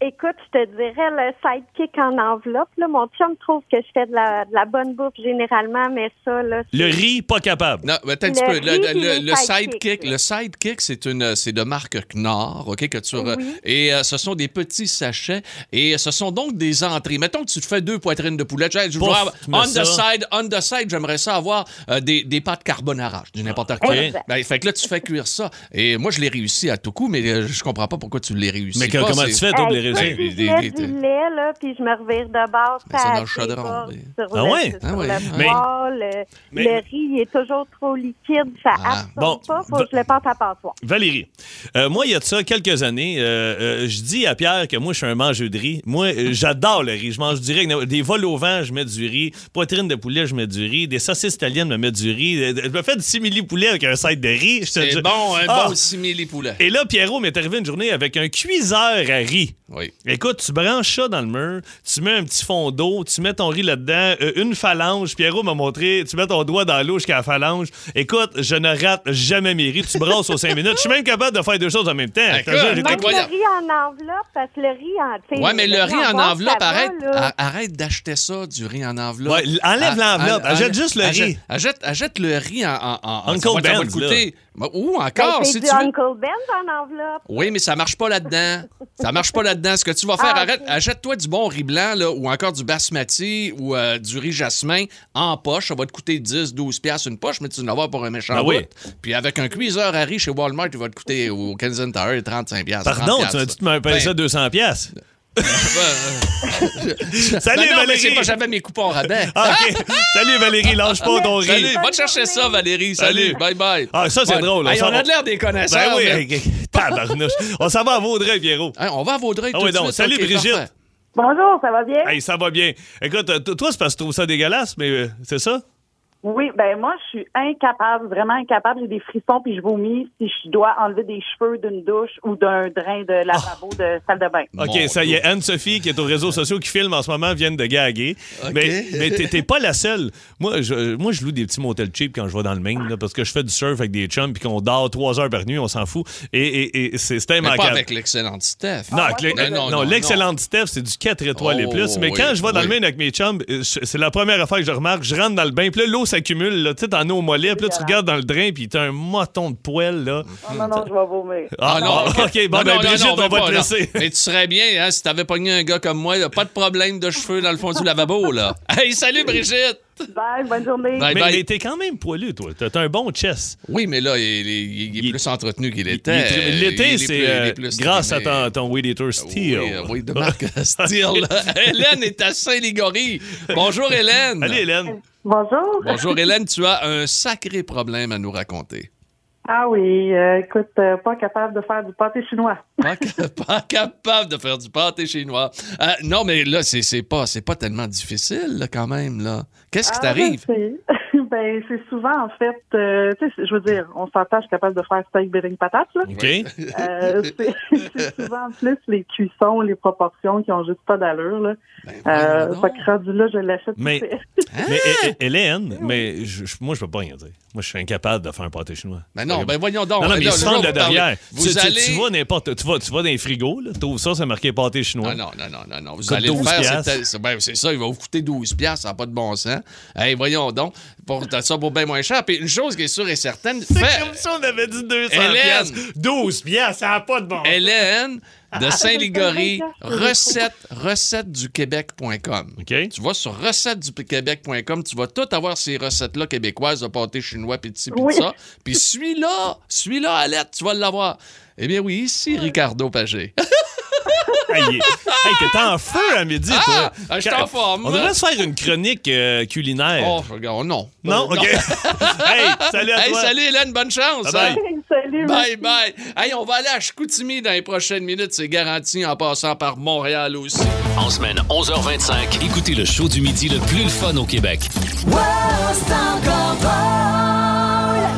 S6: Écoute, je te dirais le sidekick en enveloppe. Là, mon chum trouve que je fais de la, de la bonne bouffe généralement, mais ça, là,
S3: Le riz, pas capable.
S2: Non, mais attends un petit
S6: Le
S2: peu. Le,
S6: riz
S2: le-
S6: puis
S2: le-
S6: les
S2: le
S6: sidekicks,
S2: sidekick,
S6: là.
S2: le sidekick, c'est une, c'est de marque Knorr, ok, que tu re- et euh, ce sont des petits sachets et ce sont donc des entrées. Mettons que tu te fais deux poitrines de poulet. Tu sais, je veux
S3: Pouf,
S2: avoir-
S3: tu mets
S2: on
S3: ça.
S2: the side, on the side, j'aimerais ça avoir euh, des, des pâtes carbonara, je dis n'importe quoi.
S3: Ah, Ok.
S2: Ben, fait que là tu fais cuire ça. Et moi je l'ai réussi à tout coup, mais euh, je comprends pas pourquoi tu l'as réussi.
S3: Mais que-
S2: pas,
S3: comment
S2: c'est-
S3: tu fais, toi, pour les
S6: Hey,
S3: je sais.
S2: des-
S6: je
S2: des-
S6: mets
S2: des-
S6: du lait, là, puis je me revire de bord.
S2: Ben, c'est
S6: ça
S2: dans le chaudron,
S6: déborde
S2: des-
S6: Sur
S3: Ah
S6: le,
S3: ouais?
S6: sur
S2: Ah ouais.
S6: le
S3: Mais-
S6: poêle, le-
S3: Mais-
S6: le riz il est toujours trop liquide. Ça
S2: Ah.
S6: absorbe
S3: Bon,
S6: pas. Faut que je le passe à passoire.
S3: Valérie, euh, moi, il y a de ça quelques années, euh, euh, je dis à Pierre que moi, je suis un mangeur de riz.
S2: <laughs>
S3: Moi, euh, j'adore le riz. Je mange du riz. avec Des vols au vent, je mets du riz. Poitrine de poulet, je mets du riz. Des saucisses italiennes, je mets du riz. Euh, Je me fais du simili-poulet avec un set de riz. Je te
S2: C'est
S3: jure.
S2: bon, un
S3: Ah!
S2: bon simili-poulet.
S3: Et là, Pierrot m'est arrivé une journée avec un cuiseur à riz.
S2: Oui.
S3: Écoute, tu branches ça dans le mur, tu mets un petit fond d'eau, tu mets ton riz là-dedans, euh, une phalange. Pierrot m'a montré, tu mets ton doigt dans l'eau jusqu'à la phalange. Écoute, je ne rate jamais mes riz. Tu brasses aux cinq minutes. Je suis même capable de faire deux choses en même temps.
S2: Écoute,
S3: Je te jure,
S2: C'est
S6: Même
S3: j'ai-
S2: incroyable.
S6: le riz en enveloppe, parce que le riz en. tu sais,
S2: Ouais, mais le riz en
S6: boîte,
S2: enveloppe,
S6: ça va,
S2: arrête, Ah,
S6: là. Ben,
S2: ar- arrête d'acheter ça, du riz en enveloppe.
S3: Ouais, l- enlève
S2: Ah,
S3: l'enveloppe,
S2: ah,
S3: achète
S2: ah,
S3: juste le
S2: achète-
S3: riz.
S2: Achète, achète le riz en. en, en
S3: Uncle
S2: ça va- ça va
S3: Ben's,
S2: te coûter- Bah, Ou
S6: Ben,
S2: encore,
S6: c'est
S2: si
S6: du
S2: tu veux.
S6: Uncle Ben's en enveloppe.
S2: Oui, mais ça marche pas là-dedans. Ça marche pas là-dedans. Ce que tu vas faire,
S6: Ah,
S2: arrête,
S6: ok.
S2: achète-toi du bon riz blanc là, ou encore du basmati ou euh, du riz jasmin en poche. Ça va te coûter 10, 12 piastres une poche, mais tu vas en avoir pour un méchant
S3: Ah
S2: bout.
S3: oui.
S2: Puis avec un cuiseur à riz chez Walmart, il va te coûter au Kensington Tire 35 piastres.
S3: Pardon,
S2: 30
S3: tu m'as dit
S2: piastres,
S3: que tu m'avais payé
S2: Ben,
S3: ça 200 pièces.
S2: Ben
S3: Salut
S2: non, mais c'est
S3: Valérie.
S2: pas j'avais mes coupons rabais.
S3: Ah, ok. Salut Valérie, lâche pas ton riz.
S2: Salut, va
S6: Bonne
S2: te chercher
S6: journée.
S2: ça, Valérie. Salut,
S3: Salut.
S2: bye bye.
S3: Ah, ça, c'est
S2: Bon,
S3: drôle, on
S2: hey, on
S3: s'en va.
S2: a de l'air des
S3: Ben
S2: connaisseurs.
S3: oui,
S2: mais-
S3: ok. <laughs> tabarnouche. On s'en va à Vaudreuil, Pierrot.
S2: Hein, on va à Vaudreuil
S3: Ah
S2: tout
S3: oui,
S2: de
S3: donc,
S2: suite.
S3: salut,
S2: Ok,
S3: Brigitte.
S2: parfait.
S6: Bonjour, ça va bien?
S3: Hey, ça va bien. Écoute, euh, t- toi, c'est parce que tu trouves ça dégueulasse, mais euh, c'est ça?
S7: Oui, ben moi, je suis incapable, vraiment incapable. J'ai des frissons puis je vomis si je dois enlever des cheveux d'une douche ou d'un drain de lavabo de salle de bain.
S3: OK,
S2: Mon
S3: ça y est, Anne-Sophie, qui est aux réseaux sociaux, qui filme en ce moment, viennent de gaguer.
S2: OK.
S3: Mais, mais t'es- t'es pas la seule. Moi je, moi, je loue des petits motels cheap quand je vais dans le Maine, là, parce que je fais du surf avec des chums, puis qu'on dort trois heures par nuit, on s'en fout. Et, et, et c'est c'était
S2: Mais pas
S3: immanquable.
S2: avec l'excellente Steph. Ah,
S3: Non, avec les-
S2: Non, non,
S3: non,
S2: non,
S3: l'excellente Steph, c'est du 4 étoiles et
S2: Oh,
S3: plus. Mais
S2: oui,
S3: quand je vais dans le
S2: oui.
S3: Maine avec mes chums, euh, je- c'est la première affaire que je remarque. Je rentre dans le bain, puis là, l'eau s'accumule, là, tu sais, t'en es au mollet, puis là, tu regardes dans le drain, puis t'as un moton de poêle, là.
S7: Oh, non, non, je vais vomir.
S2: Ah non,
S3: OK, bon,
S2: Non,
S3: ben,
S2: non, non,
S3: Brigitte,
S2: non,
S3: on
S2: veut
S3: va
S2: pas,
S3: te
S2: non.
S3: laisser.
S2: Mais tu serais bien hein, si t'avais pogné un gars comme moi. là, Pas de problème de cheveux dans le fond du lavabo,
S3: <laughs>
S2: là. Hey, salut, Brigitte.
S7: Bye, bonne journée.
S2: Bye,
S3: Mais,
S2: bye.
S3: mais t'es quand même poilu, toi. T'as t'as un bon chest.
S2: Oui, mais là, il, il- il est
S3: Il-
S2: plus entretenu qu'il
S3: Il est
S2: était. Il
S3: très-
S2: est
S3: L'été,
S2: plus- il
S3: c'est
S2: est
S3: euh,
S2: plus
S3: grâce à
S2: trimé.
S3: ton, ton Weed Eater Steel.
S2: Oui, euh, oui,
S3: <laughs>
S2: de marque Steel. là. Hélène est à Saint-Ligorie. Bonjour, Hélène.
S3: Allez, Hélène.
S7: Bonjour.
S2: Bonjour, Hélène. Tu as un sacré problème à nous raconter.
S7: Ah oui, euh, écoute, euh, pas capable de faire du pâté chinois.
S3: <laughs>
S2: Pas, ca- pas capable de faire du pâté chinois. Euh, non, mais là, c'est c'est pas, c'est pas tellement difficile, là, quand même. là. Qu'est-ce qui
S7: Ah,
S2: t'arrive?
S7: je sais. <laughs> ben, c'est souvent, en fait, euh, tu sais, je veux dire, on s'entend, je suis capable de faire steak, bedding, patate, là.
S3: OK.
S2: <laughs>
S7: Euh, c'est c'est souvent plus les cuissons, les proportions qui ont juste pas d'allure, là.
S2: Ben,
S7: Euh,
S2: voyons
S7: fait
S2: donc.
S7: que rendu là, je l'achète.
S3: Mais-
S7: tout de suite.
S2: Ah!
S3: Mais Hé- Hé- Hélène, mais je- je- moi, je peux pas rien dire. Moi, je suis incapable de faire un pâté chinois.
S2: Ben non, ben voyons donc.
S3: Non, non, mais
S2: Là,
S3: ils se
S2: là,
S3: fendent
S2: là,
S3: de
S2: vous parlez-
S3: derrière.
S2: Vous
S3: tu, tu-
S2: allez...
S3: tu vas n'importe tu vas, tu vas dans les frigos, là, trouves ça, c'est marqué pâté chinois.
S2: Ah, Non, non, non, non, non, non. Vous
S3: Coûte
S2: allez le
S3: 12
S2: faire.
S3: piastres.
S2: C'est, c'est- ben, c'est ça, il va vous coûter 12 piastres, ça n'a pas de bon sens. Hey, voyons donc, pour, t'as ça pour bien moins cher. Puis une chose qui est sûre et certaine,
S3: C'est
S2: fais-
S3: comme si on avait dit 200
S2: Hélène!
S3: piastres. 12 piastres, ça n'a pas de bon sens.
S2: Hélène de Saint-Ligorie,
S7: c'est Ah, vrai,
S2: recette, recette du Québec.com.
S3: OK.
S2: Tu vas sur recette du Québec.com, tu vas tout avoir ces recettes-là québécoises de pâté chinois, puis de ci, puis de
S7: Oui.
S2: ça. Puis celui-là, celui-là, Alette, tu vas l'avoir. Eh bien oui, ici Ricardo Pagé.
S3: Eh. Hey, il est- hey, t'es en feu à midi,
S2: Ah!
S3: toi.
S2: Ah, je suis en forme.
S3: On devrait se faire une chronique euh, culinaire.
S2: Oh, regarde, non.
S3: Non?
S2: <laughs> Euh,
S3: OK. hey, salut à
S2: Hey,
S3: toi.
S2: salut Hélène, bonne chance.
S3: Bye-bye.
S2: hein.
S8: <laughs>
S7: Salut,
S2: Bye bye. Hey, on va aller à Chicoutimi dans les prochaines minutes, c'est garanti en passant par Montréal aussi.
S1: En semaine 11h25, écoutez le show du midi le plus le fun au Québec.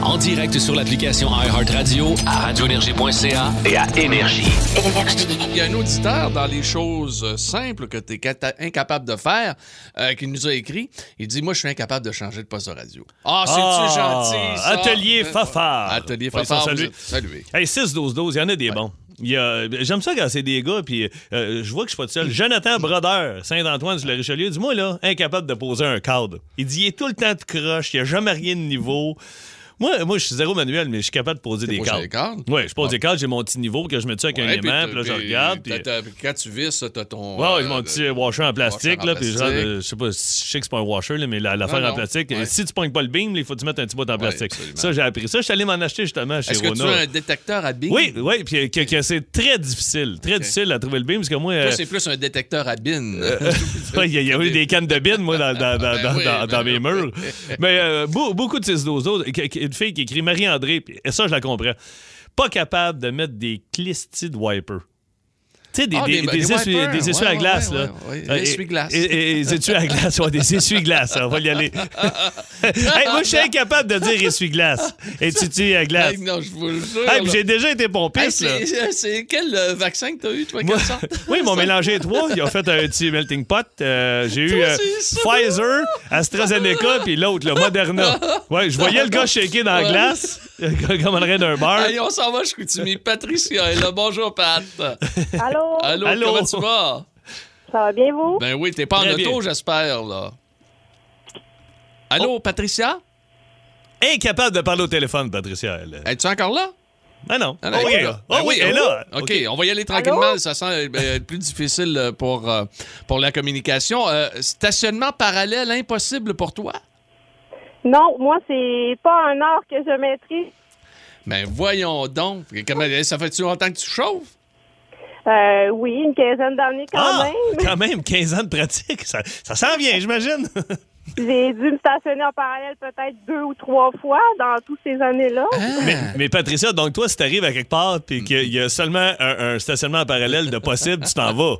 S1: En direct sur l'application iHeartRadio, à radioénergie.ca et à Énergie.
S2: Il y a un auditeur dans les choses simples que tu es incapable de faire euh, qui nous a écrit. Il dit Moi, je suis incapable de changer de poste de radio. Ah, c'est-tu
S3: Ah,
S2: gentil ça?
S3: Atelier
S2: Euh,
S3: Fafard.
S2: Atelier
S3: Ouais, ils sont
S2: Fafard.
S3: salués.
S2: Salut. Salut.
S3: Hey, 6-12-12, il y en a des bons. Il y a- J'aime ça quand c'est des gars, puis euh, je vois que je suis pas tout
S2: Mm.
S3: seul. Jonathan Brodeur, Saint-Antoine du Richelieu, dis-moi là, incapable de poser un cadre. Il dit il est tout le temps de croche, il a jamais rien de niveau. Moi, moi, je suis zéro manuel, mais je suis capable de poser des
S2: posé
S3: cadres.
S2: des cadres?
S3: Oui, je
S2: Bon.
S3: pose des cadres, j'ai mon petit niveau que je me tue avec un
S2: Ah. Ouais, puis
S3: aimant,
S2: t'as-
S3: puis là, je
S2: puis
S3: regarde. puis-
S2: t'as- t'as- puis quand tu vis, ça, t'as ton.
S3: Ouais, ouais,
S2: euh,
S3: mon
S2: le-
S3: petit washer en plastique,
S2: washer en
S3: là, puis genre,
S2: plastique.
S3: de- je sais pas, si- je sais que c'est pas un washer, là, mais la- l'affaire
S2: Non,
S3: en
S2: non,
S3: plastique,
S2: ouais.
S3: si tu pognes pas le beam, là, il faut que tu mettes un petit bout en plastique.
S2: absolument.
S3: ça, j'ai appris ça. Je suis allé m'en acheter justement chez
S2: Est-ce que tu
S3: Rona.
S2: as un détecteur à bine?
S3: Oui, oui, puis euh, que, que c'est très difficile, très difficile à trouver le beam, parce que moi, euh,
S2: Toi, c'est plus un détecteur à bine. <laughs>
S3: <laughs> il y, a- il y a eu des cannes de bine, moi, dans, dans, dans,
S2: Ben
S3: dans-
S2: oui,
S3: dans- dans mes
S2: ben oui.
S3: murs. Mais euh, beau- beaucoup de ces doses autres. qu- qu- Une fille qui écrit Marie-André, puis- et ça, je la comprends. Pas capable de mettre des clistis de wiper. Tu sais, des,
S2: Ah,
S3: des,
S2: des-
S3: des
S2: des
S3: essuie-
S2: wipers.
S3: des essuies
S2: Ouais,
S3: à glace,
S2: ouais,
S3: là.
S2: ouais, ouais.
S3: Euh,
S2: L'essuie-glace.
S3: et- et- et Des essuies à glace, ouais, des essuie-glaces. On va
S2: <laughs>
S3: y aller. Hey, moi, je suis incapable de dire essuie-glace. Et tu tu à glace. <laughs>
S2: Hey, non, je vous le jure.
S3: Hey,
S2: là.
S3: puis j'ai déjà été
S2: Hey,
S3: pompiste, là.
S2: c'est- c'est- c'est quel euh, vaccin que t'as eu, toi,
S3: Moi-
S2: quelle sorte?
S3: <laughs> Oui, ils m'ont mélangé trois. Ils ont fait un petit melting pot. Euh, j'ai eu
S2: Toi,
S3: euh,
S2: c'est ça.
S3: Pfizer, AstraZeneca, puis l'autre, le Moderna. Ouais, je voyais le gars shaker dans la
S2: Ouais.
S3: glace, <laughs> comme on aurait d'un bar.
S2: Allez, on s'en va, je continue. Patrice, il est là. Bonjour,
S3: <laughs>
S2: Pat.
S6: Allô?
S2: Allô,
S3: Allô.
S2: comment tu vas?
S6: Ça va bien, vous?
S2: Ben oui, t'es pas en
S3: Très
S2: auto,
S3: bien. Oh.
S2: j'espère, là. Allô, Patricia?
S3: Incapable de parler au téléphone, Patricia. elle.
S2: Es-tu encore là?
S3: Ah non.
S2: Ah,
S3: Oh
S2: non, elle
S3: oui,
S2: est pas
S3: elle
S2: là.
S3: oh,
S2: Ben
S3: oui, elle est là.
S2: OK, on va y aller tranquillement.
S6: Allô?
S2: Ça sent euh, plus difficile euh, pour, euh, pour la communication. Euh, stationnement parallèle impossible pour toi?
S6: Non, moi, c'est pas un art que je maîtrise.
S2: Ben voyons donc. Comment- eh, Ça fait-tu longtemps que tu chauffes?
S6: Euh, oui, une quinzaine d'années quand
S3: Ah,
S6: même.
S3: quand même, 15 ans de pratique. Ça, ça s'en vient, j'imagine.
S6: J'ai dû me stationner en parallèle peut-être deux ou trois fois dans toutes ces années-là.
S3: Mais, mais Patricia, donc toi, si t'arrives à quelque part puis qu'il y a seulement un, un stationnement en parallèle de possible, tu t'en vas.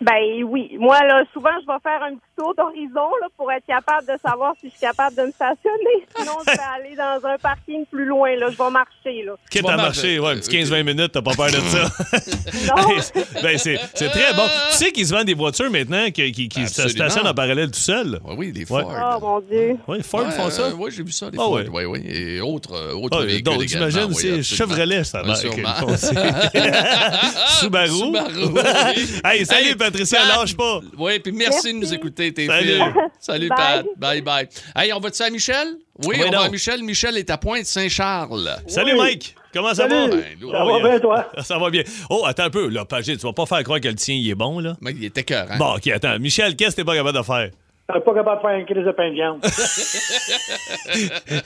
S6: Ben oui. Moi, là, souvent, je vais faire un petit tour d'horizon là, pour être capable de savoir si je suis capable de me stationner. Sinon, je vais aller dans un parking plus loin. Là. Je vais marcher. Là.
S3: Quitte
S2: Bon,
S3: à
S2: ben,
S3: marcher,
S2: ben,
S3: ouais,
S2: euh,
S3: un petit 15-20 minutes, t'as pas peur de ça.
S8: Ah
S6: Non?
S3: <laughs> ben, c'est c'est très bon. Tu sais qu'ils se vendent des voitures maintenant qui, qui, qui se
S2: Absolument.
S3: stationnent en parallèle tout seul.
S2: Ben Oui, oui, les
S3: Ouais.
S2: Ford.
S6: oh, mon Dieu.
S3: Oui, Ford
S2: Ouais,
S3: font ça.
S2: euh, oui, j'ai vu ça, les
S3: Ah
S2: Ford.
S3: ouais.
S2: Oui, oui. Et autres, euh, autres
S3: Ah,
S2: véhicules
S3: donc,
S2: également,
S3: j'imagine,
S2: oui,
S3: c'est
S2: absolument. <laughs>
S3: Chevrolet, ça
S2: Oui,
S3: marque.
S2: sûrement.
S3: qu'ils font,
S2: <laughs>
S3: c'est- Subaru. <laughs>
S2: Subaru, oui.
S3: hey, salut,
S2: Hey,
S3: Patricia,
S2: Pat.
S3: lâche pas.
S2: Oui, puis merci, de nous écouter, tes
S3: Salut.
S2: filles. Salut,
S6: Bye.
S2: Pat. Bye, bye. Hey, on va-tu à Michel? Oui,
S3: Oui,
S2: on va
S3: donc.
S2: à Michel. Michel est à Pointe-Saint-Charles.
S3: Salut, Mike. Comment ça va?
S2: Ben, lourd.
S3: Ah
S8: Ça va
S3: oui,
S8: bien, toi?
S3: <laughs> Ça va bien. Oh, attends un peu, là, Pagé, tu vas pas faire croire que le tien, il est bon, là?
S2: Mais il était cœur, hein?
S3: Bon, OK, attends. Michel, qu'est-ce que t'es pas capable de faire?
S8: T'es Euh, pas capable de faire une crise de pain de
S2: <laughs>
S8: viande.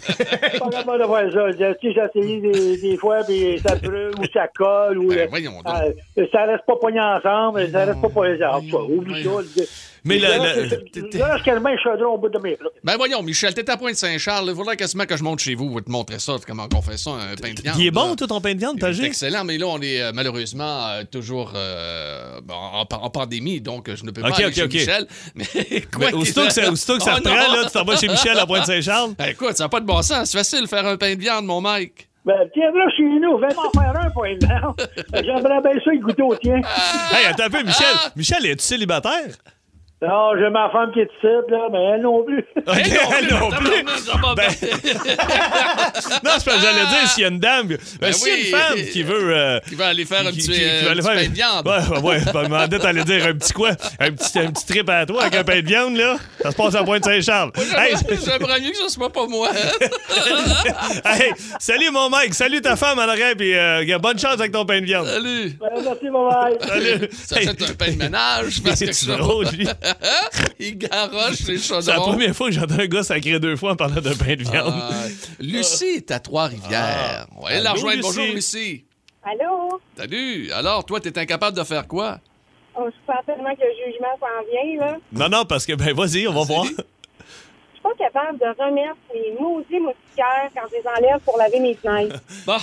S8: T'es pas capable de faire ça. Je- tu sais, J'ai essayé des, des fois, puis ça brûle ou ça colle. Ou,
S2: Ben, voyons donc.
S8: euh, ça reste pas pogné ensemble. Ça reste pas pogné ensemble.
S2: Voyons,
S8: Oublie ça.
S2: voyons.
S8: le-
S3: Mais
S8: je
S3: la-
S8: lâche-
S3: la-
S8: Je lâche quasiment un chaudron au bout de mes plats.
S2: Ben voyons, Michel, t'es à Pointe-Saint-Charles. Il faudrait quasiment que je monte chez vous pour te montrer ça, comment on fait ça, un pain de viande.
S3: Il est bon,
S2: là.
S3: tout ton pain de viande,
S2: Ah. Il est
S3: Pagé?
S2: excellent, mais là, on est euh, malheureusement euh, toujours euh, en, en- en pandémie, donc euh, je ne peux pas
S3: Ok,
S2: aller
S3: ok,
S2: chez
S3: ok.
S2: Michel. <laughs> Mais quoi
S3: Mais
S2: qu'il-
S3: Aussitôt que ça, aussitôt que ça
S2: <laughs> Oh
S3: te prend,
S2: non!
S3: là, tu t'en vas chez Michel à Pointe-Saint-Charles.
S2: Ben, écoute, ça n'a pas de bon sens. C'est facile de faire un pain de viande, mon Mike.
S8: Ben, tiens, là, chez nous, viens m'en faire un point de viande. J'aimerais bien ça, le goûter au tien.
S3: Hey, attends un peu, Michel.
S2: Ah.
S3: Michel, es-tu célibataire?
S8: Non, j'ai ma femme qui est ici, là, mais elle non plus.
S3: OK,
S2: Eh
S3: <laughs> elle <laughs> non plus. Ben,
S2: ça va bien.
S3: Non, c'est parce que j'allais dire, s'il y a une dame, ben,
S2: Ben
S3: s'il y a
S2: oui.
S3: une femme qui veut. euh,
S2: Il va aller faire un
S3: qui-
S2: petit,
S3: qui- qui
S2: euh,
S3: veut aller
S2: petit pain
S3: faire-
S2: de viande.
S3: Ouais, ouais, ouais. Ben, demandais, t'allais dire un petit quoi? Un petit, un petit trip à toi avec un pain de viande, là? Ça se passe à Pointe-Saint-Charles. Hey,
S2: J'aimerais mieux que ce soit pas
S3: <laughs>
S2: moi.
S3: hey, salut, mon Mike. Salut ta femme en arrière, puis euh, bonne chance avec ton pain de viande.
S2: Salut.
S8: Ben, merci, bye-bye.
S3: Salut.
S2: Ça
S3: Hey,
S2: fait un pain de ménage
S3: <laughs>
S2: parce que
S3: c'est drôle, lui.
S2: il garoche ses chaudrons.
S3: C'est la première fois que j'entends un gars sacré deux fois en parlant d'un pain de viande.
S2: Ah, Lucie est à Trois-Rivières. On va aller la
S3: Ah. Allô,
S2: rejoindre. Bonjour,
S3: Lucie.
S2: Lucie.
S6: Allô?
S2: Salut. Alors, toi, t'es incapable de faire quoi?
S6: Oh, je pense tellement que le jugement s'en vient. Là.
S3: Non, non, parce que, ben, vas-y, on va voir.
S6: Je suis pas capable de remettre mes maudits moustiquaires quand je les enlève pour laver mes fenêtres.
S2: <laughs>
S3: Bon,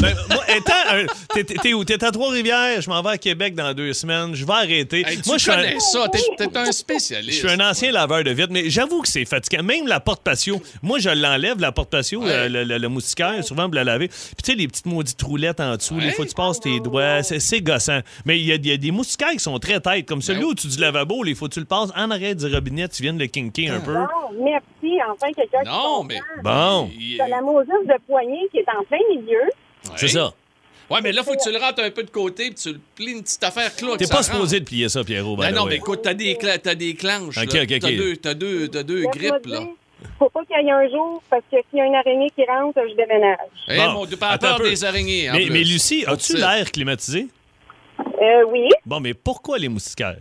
S3: ben, moi, étant. un- t'es- t'es- T'es où? T'es à Trois-Rivières, je m'en vais à Québec dans deux semaines, je vais arrêter.
S2: Hey, tu
S3: moi, je suis,
S2: connais
S3: un,
S2: ça. T'es, t'es un spécialiste.
S3: je suis un ancien laveur de vitres, mais j'avoue que c'est fatigant. Même la porte-patio, moi, je l'enlève, la porte-patio,
S2: Ouais.
S3: euh, le, le- le moustiquaire, souvent pour la laver. Puis, tu sais, les petites maudites roulettes en dessous, il
S2: Ouais.
S3: faut que tu passes tes doigts, c'est- c'est gossant. Mais il y, a- il y a des moustiquaires qui sont très têtes, comme celui
S2: Ben oui.
S3: où tu du lavabo, il faut que tu le passes en arrêt du robinet, tu viens de le kinker
S2: Ah.
S3: un peu.
S6: Bon, Ah, merci. Enfin, quelqu'un qui
S2: Non, mais.
S3: Bon,
S2: Il-
S6: de la maudite de poignée qui est en plein milieu.
S3: c'est ça.
S2: Ouais, mais là, faut que tu le rentres un peu de côté puis tu le plies une petite affaire clou.
S3: T'es pas supposé de plier ça, Pierrot. by
S2: Ben Non,
S3: the
S2: non,
S3: way.
S2: mais écoute, t'as des, cla- t'as des clanches.
S3: ben Ok,
S2: là.
S3: ok, ok.
S2: T'as deux, t'as deux, t'as deux
S6: Laisse-moi
S2: grippes, là.
S6: dire, Faut pas qu'il y ait un jour, parce que s'il y a une araignée qui rentre, je déménage.
S2: Eh,
S3: Bon,
S2: mon Dieu, par
S3: attends
S2: peur
S3: un peu.
S2: des araignées. en
S3: Mais,
S2: plus.
S3: mais Lucie, as-tu
S2: Pour ça.
S3: l'air climatisé?
S6: Euh, oui.
S3: Bon, mais pourquoi les moustiquaires?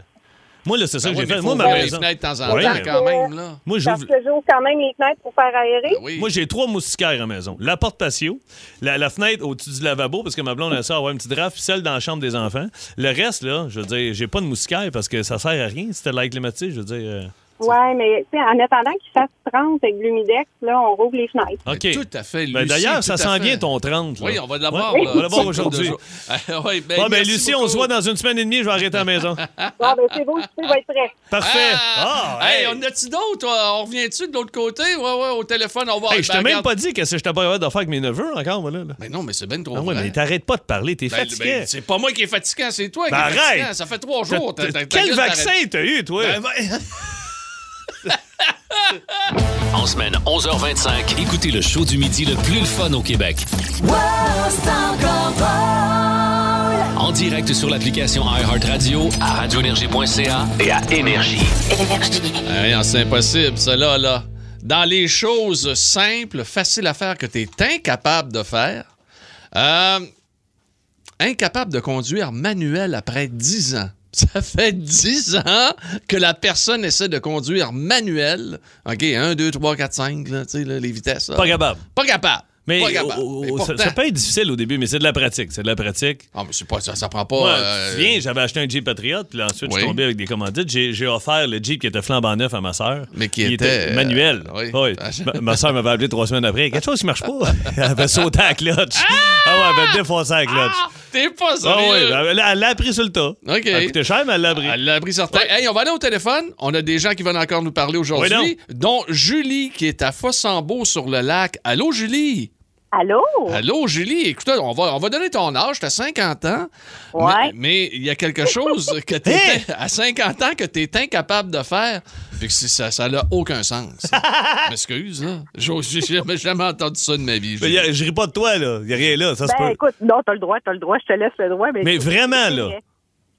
S3: Moi, là, c'est ça
S2: Ben
S3: que
S2: ouais,
S3: j'ai
S2: mais
S3: fait.
S2: faut
S3: Moi, ma
S2: ouvrir les
S3: maison.
S2: fenêtres de temps en
S3: Oui,
S2: temps,
S3: mais-
S2: quand même, là.
S3: Moi,
S6: Parce
S3: j'ouvre.
S6: que j'ouvre quand même les fenêtres pour faire aérer.
S2: Ben Oui.
S3: Moi, j'ai trois moustiquaires à la maison. La porte patio, la, la fenêtre au-dessus du lavabo, parce que ma blonde a ça, ouais, une petite draft, puis celle dans la chambre des enfants. Le reste, là, je veux dire, j'ai pas de moustiquaire parce que ça sert à rien. C'était l'air climatisé, je veux dire. euh,
S6: Ouais, mais tu sais, en attendant qu'il fasse 30 avec l'humidex, là, on rouvre
S2: <laughs>
S6: les fenêtres.
S3: OK.
S2: Tout à fait,
S3: Ben,
S2: Lucie,
S3: D'ailleurs, ça
S2: tout à
S3: s'en
S2: fait.
S3: vient ton 30. là.
S2: Oui, on va
S3: Ouais,
S2: l'avoir. là.
S3: on va
S2: <laughs>
S3: l'avoir aujourd'hui.
S2: Ah, ouais, ben,
S3: Bon, ben,
S2: merci
S3: Lucie, on
S2: beaucoup.
S3: se voit dans une semaine et demie. Je vais arrêter à
S2: <laughs>
S3: la maison.
S6: Bon, ben, c'est beau, tu vas être prêt.
S3: Parfait.
S2: Ah, hey, on a-tu d'autres? toi? On revient-tu de l'autre côté? Ouais, ouais, au téléphone, on va.
S3: Hey, je t'ai
S2: Ben,
S3: même
S2: regarde.
S3: pas dit que si je t'ai pas hâte de faire avec mes neveux encore, moi, là. là.
S2: Ben non, mais c'est ben trop
S3: Ah ouais,
S2: vrai.
S3: mais t'arrêtes pas de parler, t'es
S2: Ben,
S3: fatigué.
S2: ben, c'est pas moi qui est fatiguant, c'est toi
S3: Ben,
S2: qui est fatiguant.
S3: arrête.
S2: Ça fait trois
S3: T'as-
S2: jours.
S3: t'as-
S2: oh, t'as- t'as-
S3: Quel
S2: t'as-
S3: vaccin t'as eu, toi?
S2: Ben, ben,
S1: En semaine 11h25, écoutez le show du midi le plus le fun au Québec. En direct sur l'application iHeartRadio, à radioénergie.ca et à Énergie.
S2: Hey, non, Ah, c'est impossible, ça là, là. Dans les choses simples, faciles à faire que tu es incapable de faire, euh, incapable de conduire manuel après 10 ans. <laughs> Ça fait 10 ans que la personne essaie de conduire manuel. OK, 1, 2, 3, 4, 5, là, tu sais, là, les vitesses. là.
S3: Pas capable.
S2: Pas capable.
S3: Mais,
S2: Pas capable.
S3: oh, oh,
S2: Mais
S3: oh, ça,
S2: pourtant-
S3: ça peut être difficile au début, mais c'est de la pratique. C'est de la pratique.
S2: Ah, mais c'est pas, ça, ça prend pas.
S3: Moi,
S2: euh,
S3: tu te souviens, j'avais acheté un Jeep Patriot, puis là, ensuite, je
S2: oui.
S3: suis tombé avec des commandites. J'ai, j'ai offert le Jeep qui était flambant neuf à ma sœur.
S2: Mais qui
S3: Il
S2: était, euh,
S3: manuel. Ah
S2: oui. Ah,
S3: Ma, ma sœur m'avait appelé trois semaines après. Il y a Quelque chose qui
S2: <laughs>
S3: marche pas. elle avait sauté à la clutch. Ah ouais, elle avait défoncé à la clutch.
S2: Ah, T'es pas
S3: Ah
S2: sérieux.
S3: ouais, ben, elle, elle l'a appris sur le tas.
S2: OK. Ah,
S3: Elle coûtait cher, mais elle l'a appris.
S2: À l'abri certain. Hey, on va aller au téléphone. On a des gens qui veulent encore nous parler aujourd'hui,
S3: Oui,
S2: dont Julie, qui est à Fossambeau sur le lac. Allô, Julie?
S7: Allô?
S2: Allô, Julie? Écoute, on va, on va donner ton âge. T'as 50 ans. Mais-
S7: Ouais.
S2: Mais il y a quelque chose que t'es
S3: Hey!
S2: <laughs> à 50 ans que t'es incapable de faire. Puis que c'est- ça ça n'a aucun
S3: <laughs>
S2: sens. M'excuse, là. J'ai- J'ai jamais, jamais entendu ça de ma vie.
S3: Ben,
S2: Julie.
S3: y a- je ris pas de toi, là. Il a rien là. Ça se
S7: Ben,
S3: peut.
S7: écoute, non, t'as le droit, t'as le droit, je te laisse le droit. Mais,
S3: Mais vraiment, là.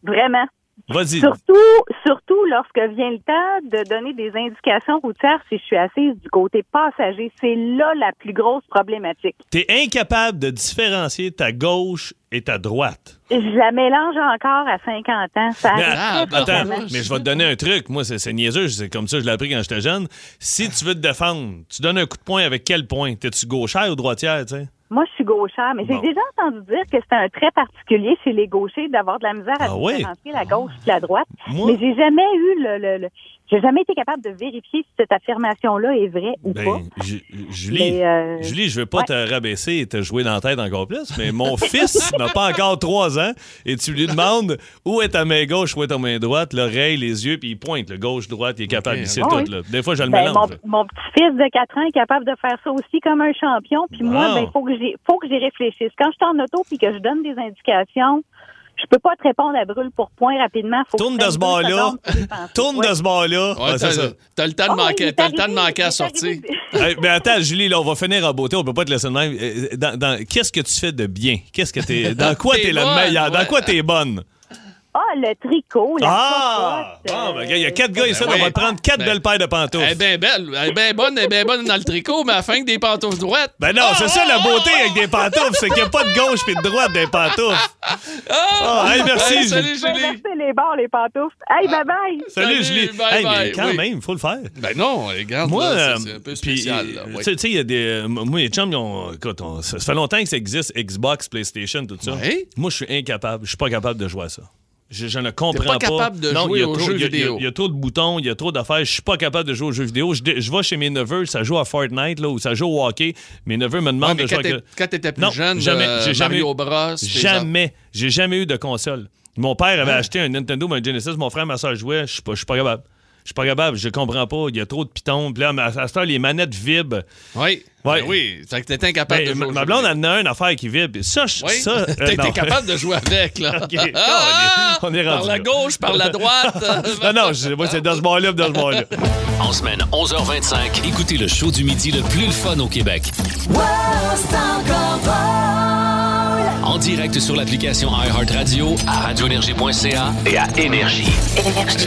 S7: Vraiment.
S3: Vas-y.
S7: Surtout, surtout lorsque vient le temps de donner des indications routières si je suis assise du côté passager. C'est là la plus grosse problématique.
S3: T'es incapable de différencier ta gauche et ta droite.
S7: Je la mélange encore à 50 ans. Ça
S3: Mais,
S7: arrive
S2: Ah,
S3: attends,
S2: bah,
S3: attends,
S2: vraiment.
S3: mais je vais te donner un truc. Moi, c'est c'est niaiseux. C'est comme ça, je l'ai appris quand j'étais jeune. Si tu veux te défendre, tu donnes un coup de poing avec quel poing? T'es-tu gauchère ou droitière, tu sais?
S7: Moi, je suis gauchère, mais
S3: Bon.
S7: j'ai déjà entendu dire que c'est un trait particulier chez les gauchers d'avoir de la misère à
S3: Ah oui?
S7: différencier la gauche et la droite.
S3: Moi-
S7: Mais j'ai jamais eu le, le- le- j'ai jamais été capable de vérifier si cette affirmation-là est vraie ou pas.
S3: Ben, Ju- Julie,
S7: Mais, euh,
S3: Julie, je veux pas
S7: ouais.
S3: te rabaisser et te jouer dans la tête encore plus, mais mon <laughs> fils n'a pas encore trois ans et tu lui demandes où est ta main gauche, où est ta main droite, l'oreille, les yeux, puis il pointe. Le gauche, droite, il est capable,
S2: Ok.
S3: il sait
S7: Ah
S3: tout.
S7: oui.
S3: là. Des fois, je le
S7: Ben, mon,
S3: mélange. là.
S7: mon petit-fils de 4 ans est capable de faire ça aussi comme un champion. Puis
S3: Wow.
S7: moi, ben, faut que j'y, faut que j'y réfléchisse. Quand je suis en auto puis que je donne des indications, je peux pas te répondre à brûle pour point rapidement. Faut que
S3: Tourne
S7: je
S3: de
S7: prenne
S3: ce
S7: deux
S3: bord-là.
S7: secondes pour y penser.
S3: <laughs> Tourne
S7: Ouais.
S3: de ce bord-là.
S2: Ouais,
S3: Ah, c'est ça.
S2: t'as t'as le temps de
S7: Ah oui, il
S2: manquer,
S7: est
S2: t'as le temps de
S7: arrivé,
S2: manquer à la
S7: il est
S2: sortie.
S7: arrivé.
S3: Hey, mais attends, Julie, là, on va finir en beauté. On peut pas te laisser de même. Euh, Dans, dans- qu'est-ce que tu fais de bien? Qu'est-ce
S2: <laughs>
S3: que t'es, dans quoi
S2: T'es
S3: t'es la
S2: bonne,
S3: meilleure? Dans
S2: ouais.
S3: quoi t'es bonne?
S7: Ah, le tricot, la
S3: Ah!
S7: popote,
S3: Bon, ben,
S7: euh,
S3: il y a quatre gars ici,
S2: oui.
S3: on va te prendre quatre
S2: Ben-
S3: belles paires de pantoufles.
S2: Elle est bien belle, elle est bien bonne, elle est bien bonne dans le tricot, mais à la fin que des pantoufles droites.
S3: Ben non, c'est ça
S2: Ah,
S3: la beauté avec des pantoufles, c'est qu'il n'y a pas de gauche et de droite des pantoufles. Ah, hey, merci.
S2: Hey,
S3: Julie.
S2: salut,
S7: Je vais
S2: Julie.
S7: verser les bords, les pantoufles. Hey, bye bye!
S2: Salut,
S3: Salut, Julie.
S2: bye,
S3: Hey,
S2: bye,
S3: mais quand
S2: oui.
S3: même, il faut le faire.
S2: Ben non, regarde,
S3: Moi,
S2: là,
S3: euh,
S2: c'est- c'est un peu
S3: puis,
S2: spécial. là, ouais.
S3: tu sais, tu sais, il y a des. euh, moi, les chums, ils ont- écoute, on- ça, ça fait longtemps que ça existe, Xbox, PlayStation, tout ça.
S2: Ouais.
S3: Moi, je suis incapable. Je suis pas capable de jouer à ça. Je, je ne comprends
S2: pas capable de
S3: Non,
S2: jouer
S3: il y a
S2: aux
S3: trop-
S2: jeux
S3: il y a-
S2: vidéo.
S3: Il y, a trop de boutons, il y a trop d'affaires. Je suis pas capable de jouer aux jeux vidéo. Je, dé- je vais chez mes neveux, ça joue à Fortnite là, ou ça joue au hockey. Mes neveux me
S2: Ouais,
S3: demandent
S2: mais
S3: de
S2: quand
S3: jouer à-
S2: t'es- quand t'étais plus
S3: Non,
S2: jeune,
S3: jamais,
S2: euh,
S3: j'ai jamais
S2: Mario
S3: eu-
S2: Bros. tes
S3: Jamais. J'ai jamais eu de console. Mon père
S2: Hein?
S3: avait acheté un Nintendo, mais un Genesis. Mon frère, ma soeur jouait. Je suis pas, je suis pas capable. Je suis pas capable. Je comprends pas. Il y a trop de pitons. Puis là, à cette heure, les manettes vibrent.
S2: Oui.
S3: Ouais.
S2: Ben oui. Fait que t'étais incapable
S3: Ben,
S2: de
S3: ma,
S2: jouer.
S3: ma blonde en a une affaire qui vibre. Puis Ça, je-
S2: Oui.
S3: ça.
S2: <laughs>
S3: euh, non.
S2: T'étais capable de jouer avec, là.
S3: <laughs> OK. Ah, on est- on est
S2: par
S3: rendu
S2: la
S3: là.
S2: gauche, par la droite.
S3: <laughs> non, non, je- moi, c'est dans ce bord-là, puis dans ce bord-là.
S1: En semaine 11h25, écoutez le show du midi le plus le fun au Québec. en direct sur l'application iHeartRadio, à radioénergie.ca et à Énergie.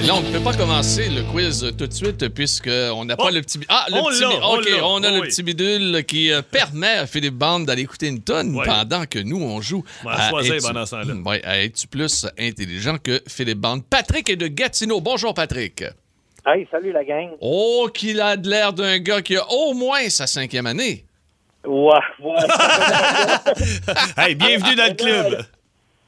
S2: Là, on ne peut pas commencer le quiz euh, tout de suite puisqu'on n'a pas
S3: Oh!
S2: le petit... bi- Ah, le
S3: On
S2: petit...
S3: l'a,
S2: bi-
S3: on
S2: OK,
S3: l'a.
S2: on a
S3: Oh
S2: le
S3: oui.
S2: petit bidule qui euh, permet à Philippe Bande d'aller écouter une tonne
S3: Ouais.
S2: pendant que nous, on joue.
S3: Ouais,
S2: à
S3: choisir
S2: Es-tu-
S3: pendant ce temps-là.
S2: Mm, ouais, à Es-tu plus intelligent que Philippe Bande? Patrick est de Gatineau. Bonjour, Patrick.
S8: Hey, salut la gang.
S2: Oh, qu'il a de l'air d'un gars qui a au moins sa cinquième année.
S8: Ouais,
S3: <laughs>
S8: ouais.
S3: Hey, bienvenue dans le club.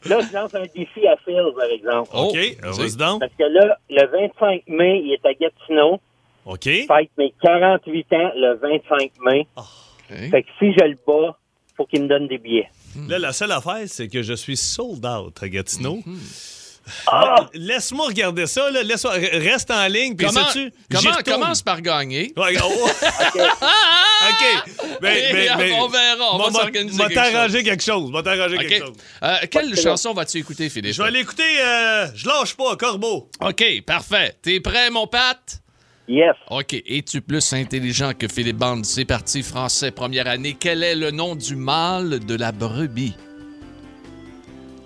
S8: là, je lance un défi à Phil, par exemple.
S2: Oh,
S3: OK,
S2: tu sais,
S3: vas-y donc.
S8: Parce que là, le 25 mai, il est à Gatineau.
S3: OK.
S8: Fête mes 48 ans le 25 mai.
S2: OK.
S8: Fait que si je le bats, faut qu'il me donne des billets.
S3: Mm. Là, la seule affaire, c'est que je suis sold out à Gatineau.
S2: Mm-hmm.
S8: Ah!
S3: Laisse-moi regarder ça, là. Laisse-moi- Reste en ligne, puis
S2: Comment,
S3: sais-tu, j'y
S2: comment,
S3: retourne.
S2: commence par gagner.
S3: Ouais, oh,
S2: <laughs>
S8: OK.
S3: OK. Ben,
S2: Et
S3: ben, ben,
S2: Eh, on verra, on va
S3: m'a-
S2: s'organiser
S3: m'a
S2: quelque chose.
S3: t'arranger quelque chose. m'a t'arranger
S2: OK.
S3: quelque chose.
S2: Euh, quelle chanson vas-tu écouter, Philippe?
S3: Je vais aller écouter euh, Je lâche pas, Corbeau.
S2: OK, parfait. T'es prêt, mon Pat?
S8: Yes.
S2: OK. Es-tu plus intelligent que Philippe Bande? C'est parti, français, première année. Quel est le nom du mâle de la brebis?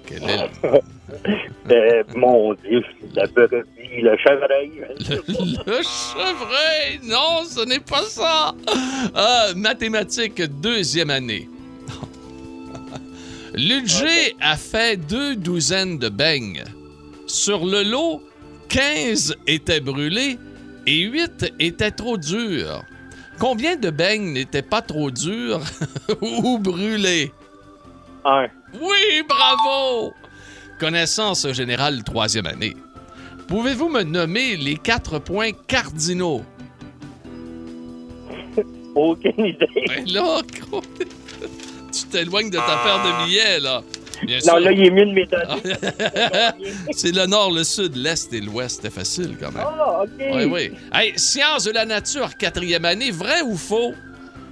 S2: Quel est le,
S8: <laughs> Euh, mon Dieu, la brebis, le chevreuil.
S2: le chevreuil? Non, ce n'est pas ça. Euh, mathématiques, deuxième année. <laughs> Ludger a fait deux douzaines de beignes. Sur le lot, 15 étaient brûlés et 8 étaient trop durs. Combien de beignes n'étaient pas trop durs <laughs> ou brûlés?
S8: Un.
S2: Oui, bravo! Connaissance générale troisième année. Pouvez-vous me nommer les quatre points cardinaux?
S8: Aucune idée.
S2: Ben là, gros, <laughs> tu t'éloignes de ta paire de billets, là. Bien
S8: Ah. Non,
S2: sûr.
S8: là, il est mieux de m'étonner.
S2: C'est le nord, le sud, l'est et l'ouest. C'était facile, quand même.
S8: Ah, OK.
S2: Oui, oui. Hey, sciences de la nature, quatrième année, vrai ou faux?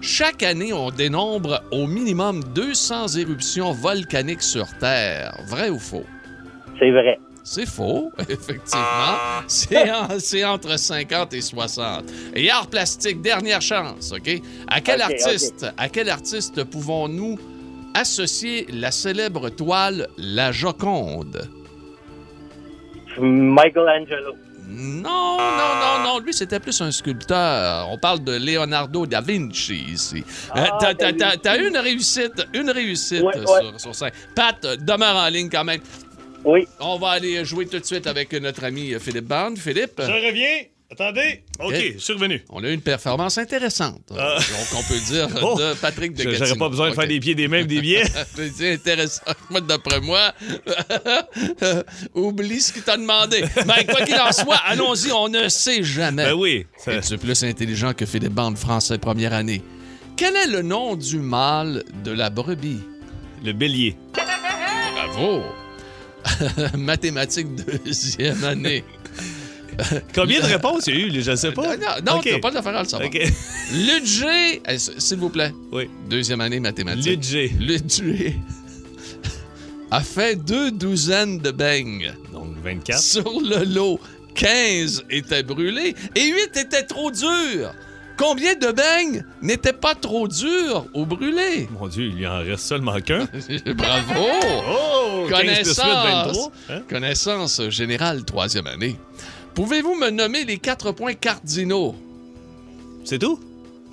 S2: Chaque année, on dénombre au minimum 200 éruptions volcaniques sur Terre. Vrai ou faux?
S8: C'est vrai.
S2: C'est faux, <laughs> effectivement. C'est en- c'est entre 50 et 60. Et art plastique, dernière chance, OK? À quel
S8: OK,
S2: artiste, à quel artiste pouvons-nous associer la célèbre toile La Joconde?
S8: Michelangelo.
S2: Non, non, non, non. Lui, c'était plus un sculpteur. On parle de Leonardo da Vinci ici. Euh,
S8: Ah,
S2: t'as-
S8: Da
S2: t'as- T'as
S8: Vinci.
S2: t'as une réussite, une réussite
S8: Ouais,
S2: euh,
S8: ouais.
S2: Sur, sur cinq. Pat, euh, demeure en ligne quand même.
S8: Oui.
S2: On va aller jouer tout de suite avec notre ami euh, Philippe Bande. Philippe?
S3: Je reviens. Attendez. OK,
S2: Eh.
S3: je suis revenu.
S2: On a eu une performance intéressante,
S3: Ah.
S2: donc on peut dire,
S3: <laughs> Oh.
S2: de Patrick de
S3: Je-
S2: Gatineau.
S3: J'aurais pas besoin de faire des pieds, des mains, des biais.
S2: des... <laughs> C'est intéressant, moi, d'après moi. <laughs> Oublie ce qu'il t'a demandé. Mais quoi qu'il en soit, allons-y, on ne sait jamais.
S3: <laughs> ben oui. Ça-
S2: Es-tu Euh, plus intelligent que Philippe Bande, français, première année? Quel est le nom du mâle de la brebis?
S3: Le bélier.
S2: Bravo! <laughs> Mathématiques deuxième année. <laughs>
S3: Combien de réponses il y a eu? là? Je ne sais <laughs> pas.
S2: Non, non,
S3: OK.
S2: t'as pas de faire à le savoir.
S3: OK. <laughs>
S2: Ludger, eh, s- s'il vous plaît.
S3: Oui.
S2: Deuxième année mathématiques.
S3: Ludger.
S2: Le tué <laughs> a fait deux douzaines de beignes.
S3: Donc 24.
S2: Sur le lot, 15 étaient brûlés et 8 étaient trop durs. Combien de beignes n'étaient pas trop durs ou brûlés?
S3: Mon Dieu, il lui en reste
S2: <laughs>
S3: seulement qu'un.
S2: Bravo!
S3: Oh! 15 plus 8,
S2: Connaissance.
S3: 23. Hein?
S2: Connaissance générale, troisième année. Pouvez-vous me nommer les quatre points cardinaux?
S3: C'est tout?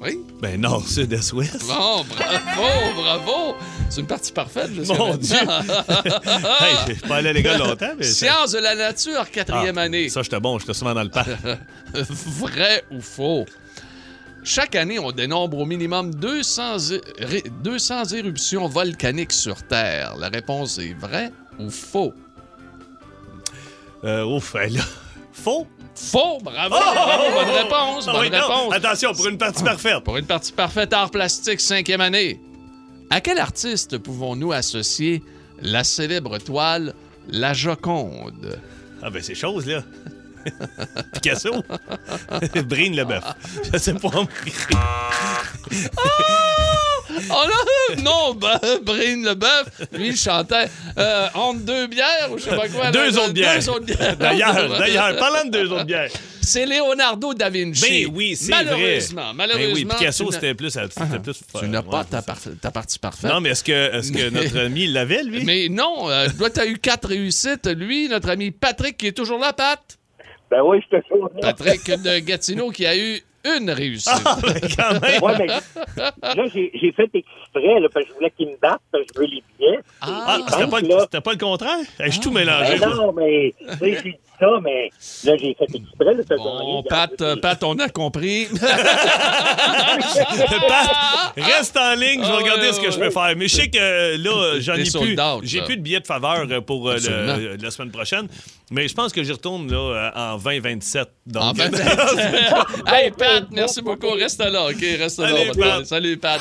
S2: Oui?
S3: Ben <laughs> nord, sud, est, ouest.
S2: Bon, bravo, <laughs> bravo! C'est une partie parfaite. jusqu'à
S3: Mon
S2: <laughs> maintenant. Ah!
S3: <laughs> Hey, je suis pas allé à l'école longtemps, mais...
S2: Sciences de la nature, quatrième
S3: Ah,
S2: année.
S3: Ça, j'étais bon, j'étais souvent dans le parc.
S2: <laughs> Vrai ou faux? Chaque année, on dénombre au minimum 200, é- ré- 200 éruptions volcaniques sur Terre. La réponse est vrai ou faux?
S3: Euh, ouf, hey, là. Faux?
S2: Faux! Bravo! bravo,
S3: oh,
S2: bonne
S3: oh.
S2: réponse!
S3: Ah
S2: bonne
S3: oui, non.
S2: réponse! Ah.
S3: Attention, pour une partie parfaite.
S2: Pour une partie parfaite, art plastique, cinquième année. À quel artiste pouvons-nous associer la célèbre toile La Joconde?
S3: Ah ben, c'est chose, là. <laughs> Picasso. <laughs> Brine le bœuf. Je sais pas.
S2: On a... Oh <laughs> Non, ben, Brine Leboeuf, lui, il chantait euh, entre deux bières ou je sais pas quoi. là,
S3: Deux autres bières.
S2: Deux autres bières. <laughs>
S3: <laughs> D'ailleurs, d'ailleurs, parlant de deux autres bières.
S2: C'est Leonardo da Vinci.
S3: Ben oui, c'est vrai.
S2: malheureusement, Malheureusement, Ah.
S3: Ben oui,
S2: tu
S3: Picasso,
S2: n'as-
S3: c'était plus. C'était plus
S2: Tu n'as pas
S3: ouais,
S2: ta, par- ta partie parfaite.
S3: Non, mais est-ce que, est-ce que notre ami l'avait, lui?
S2: Mais non, euh, toi, t'as eu quatre réussites. Lui, notre ami Patrick, qui est toujours là, Pat.
S8: Ben oui, je te jure. là.
S2: Patrick de Gatineau, qui a eu une réussite.
S3: <laughs> Ah, ben, quand même!
S8: Ouais, mais là, j'ai j'ai fait exprès, là, parce que je voulais qu'ils me battent, parce que je veux les billets.
S2: Ah,
S3: Ah, c'était pas, le-
S8: là.
S3: c'était pas le contraire? Hey, Je suis tout mélangé.
S8: Ben non, mais, tu sais, j'ai dit ça, mais là, j'ai fait exprès, là, parce que j'en ai-
S2: Bon, Pat, euh, Pat, on a compris.
S3: Pat, reste en ligne, je vais
S2: Ah,
S3: regarder
S2: ouais,
S3: ce que je peux
S2: ouais.
S3: faire. Mais je sais que euh, là, j'en ai
S2: Des sold
S3: plus.
S2: out,
S3: J'ai
S2: là.
S3: plus de billets de faveur euh, pour euh, le-
S2: Absolument.
S3: euh, la semaine prochaine. Mais je pense que j'y retourne là, euh, en 2027.
S2: <laughs> <laughs>
S3: Donc,
S2: En 2027. hey, Pat, merci beaucoup. Reste là, OK? Reste là.
S3: Allez,
S2: on va te parler.
S3: Pat.
S2: Salut, Pat.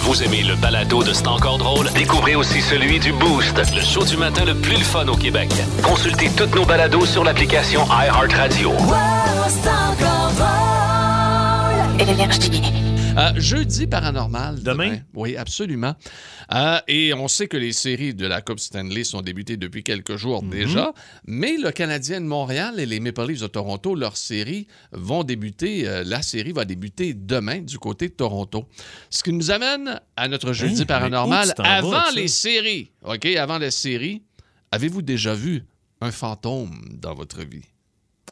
S1: Vous aimez le balado de C'est encore drôle? Découvrez aussi celui du Boost, le show du matin le plus le fun au Québec. Consultez toutes nos balados sur l'application iHeartRadio.
S2: Euh, jeudi paranormal.
S3: Demain?
S2: Oui, absolument. Euh, et on sait que les séries de la Coupe Stanley sont débutées depuis quelques jours
S3: Mhm.
S2: déjà, mais le Canadien de Montréal et les Maple Leafs de Toronto, leurs séries vont débuter, euh, la série va débuter demain du côté de Toronto. Ce qui nous amène à notre jeudi
S3: mais
S2: paranormal
S3: où tu t'en vas
S2: avant
S3: avec ça?
S2: les séries. OK, avant les séries, avez-vous déjà vu un fantôme dans votre vie?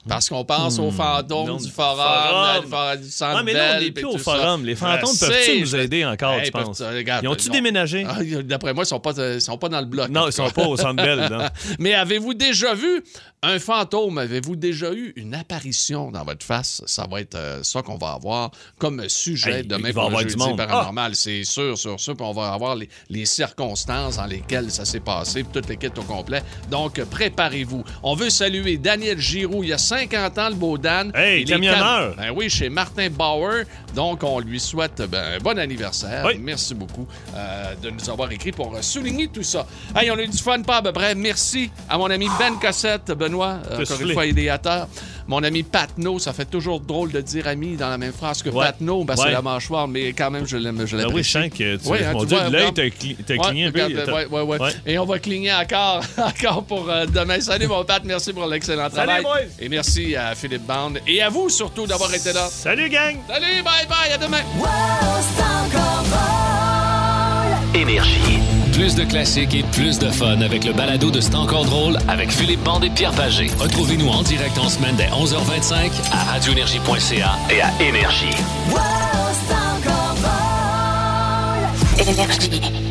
S2: Parce qu'on pense aux fantômes
S3: Hmm. Non,
S2: du
S3: du
S2: forum,
S3: forum.
S2: du forum du centre
S3: <laughs> Ah, mais là, on
S2: Bell,
S3: n'est
S2: puis
S3: plus au
S2: ben, tout ça.
S3: forum. Les fantômes
S2: Je sais,
S3: peuvent-tu
S2: je-
S3: nous aider encore,
S2: Hey,
S3: tu
S2: parce-
S3: penses?
S2: euh, regarde,
S3: Ils ont-tu
S2: non.
S3: déménagé?
S2: Ah, D'après moi, ils sont pas, euh, ils sont pas dans le bloc.
S3: Non, ils sont pas au Centre
S2: <laughs>
S3: Bell. non.
S2: Mais avez-vous déjà vu un fantôme? Avez-vous déjà eu une apparition dans votre face? Ça va être euh, ça qu'on va avoir comme sujet
S3: Hey,
S2: demain
S3: il
S2: pour
S3: va
S2: le
S3: avoir du
S2: jeudi
S3: monde. Ah!
S2: paranormal. C'est sûr, sûr, sûr. Puis on va avoir les, les circonstances dans lesquelles ça s'est passé, puis toute l'équipe au complet. Donc, préparez-vous. On veut saluer Daniel Giroux. Il y a 50 ans, le beau Dan.
S3: Hey,
S2: Il est cam-
S3: camionneur.
S2: Ben oui, chez Martin Bauer. Donc, on lui souhaite ben, un bon anniversaire.
S3: Oui.
S2: Merci beaucoup euh, de nous avoir écrit pour euh, souligner tout ça. Hey, on a eu du fun, pas à peu près. Merci à mon ami Ben Cossette, Benoît, euh,
S3: T'as
S2: encore une
S3: soufflé.
S2: fois idéateur. Mon ami Patno, ça fait toujours drôle de dire ami dans la même phrase que
S3: Ouais.
S2: Patno. Ben, c'est
S3: Ouais.
S2: la mâchoire, mais quand même, je l'aime. Je
S3: Ben oui, je
S2: l'apprécie.
S3: sens que tu.
S2: Oui, hein,
S3: mon
S2: tu
S3: Dieu,
S2: vois,
S3: l'œil
S2: regarde.
S3: t'a cli- t'a
S2: Ouais,
S3: cligné un peu.
S2: regarde,
S3: t'as-
S2: ouais, ouais, ouais.
S3: Ouais.
S2: Et on va cligner encore, <laughs> encore pour euh, demain. Salut, mon Pat. Merci pour l'excellent travail.
S3: boys.
S2: et merci à Philippe Bande et à vous surtout d'avoir été là.
S3: Salut, gang!
S2: Salut, bye bye, à demain.
S1: Énergie. Plus de classiques et plus de fun avec le balado de C'est encore drôle avec Philippe Bande et Pierre Pagé. Retrouvez-nous en direct en semaine dès 11h25 à radioénergie.ca et à Énergie.
S9: Énergie.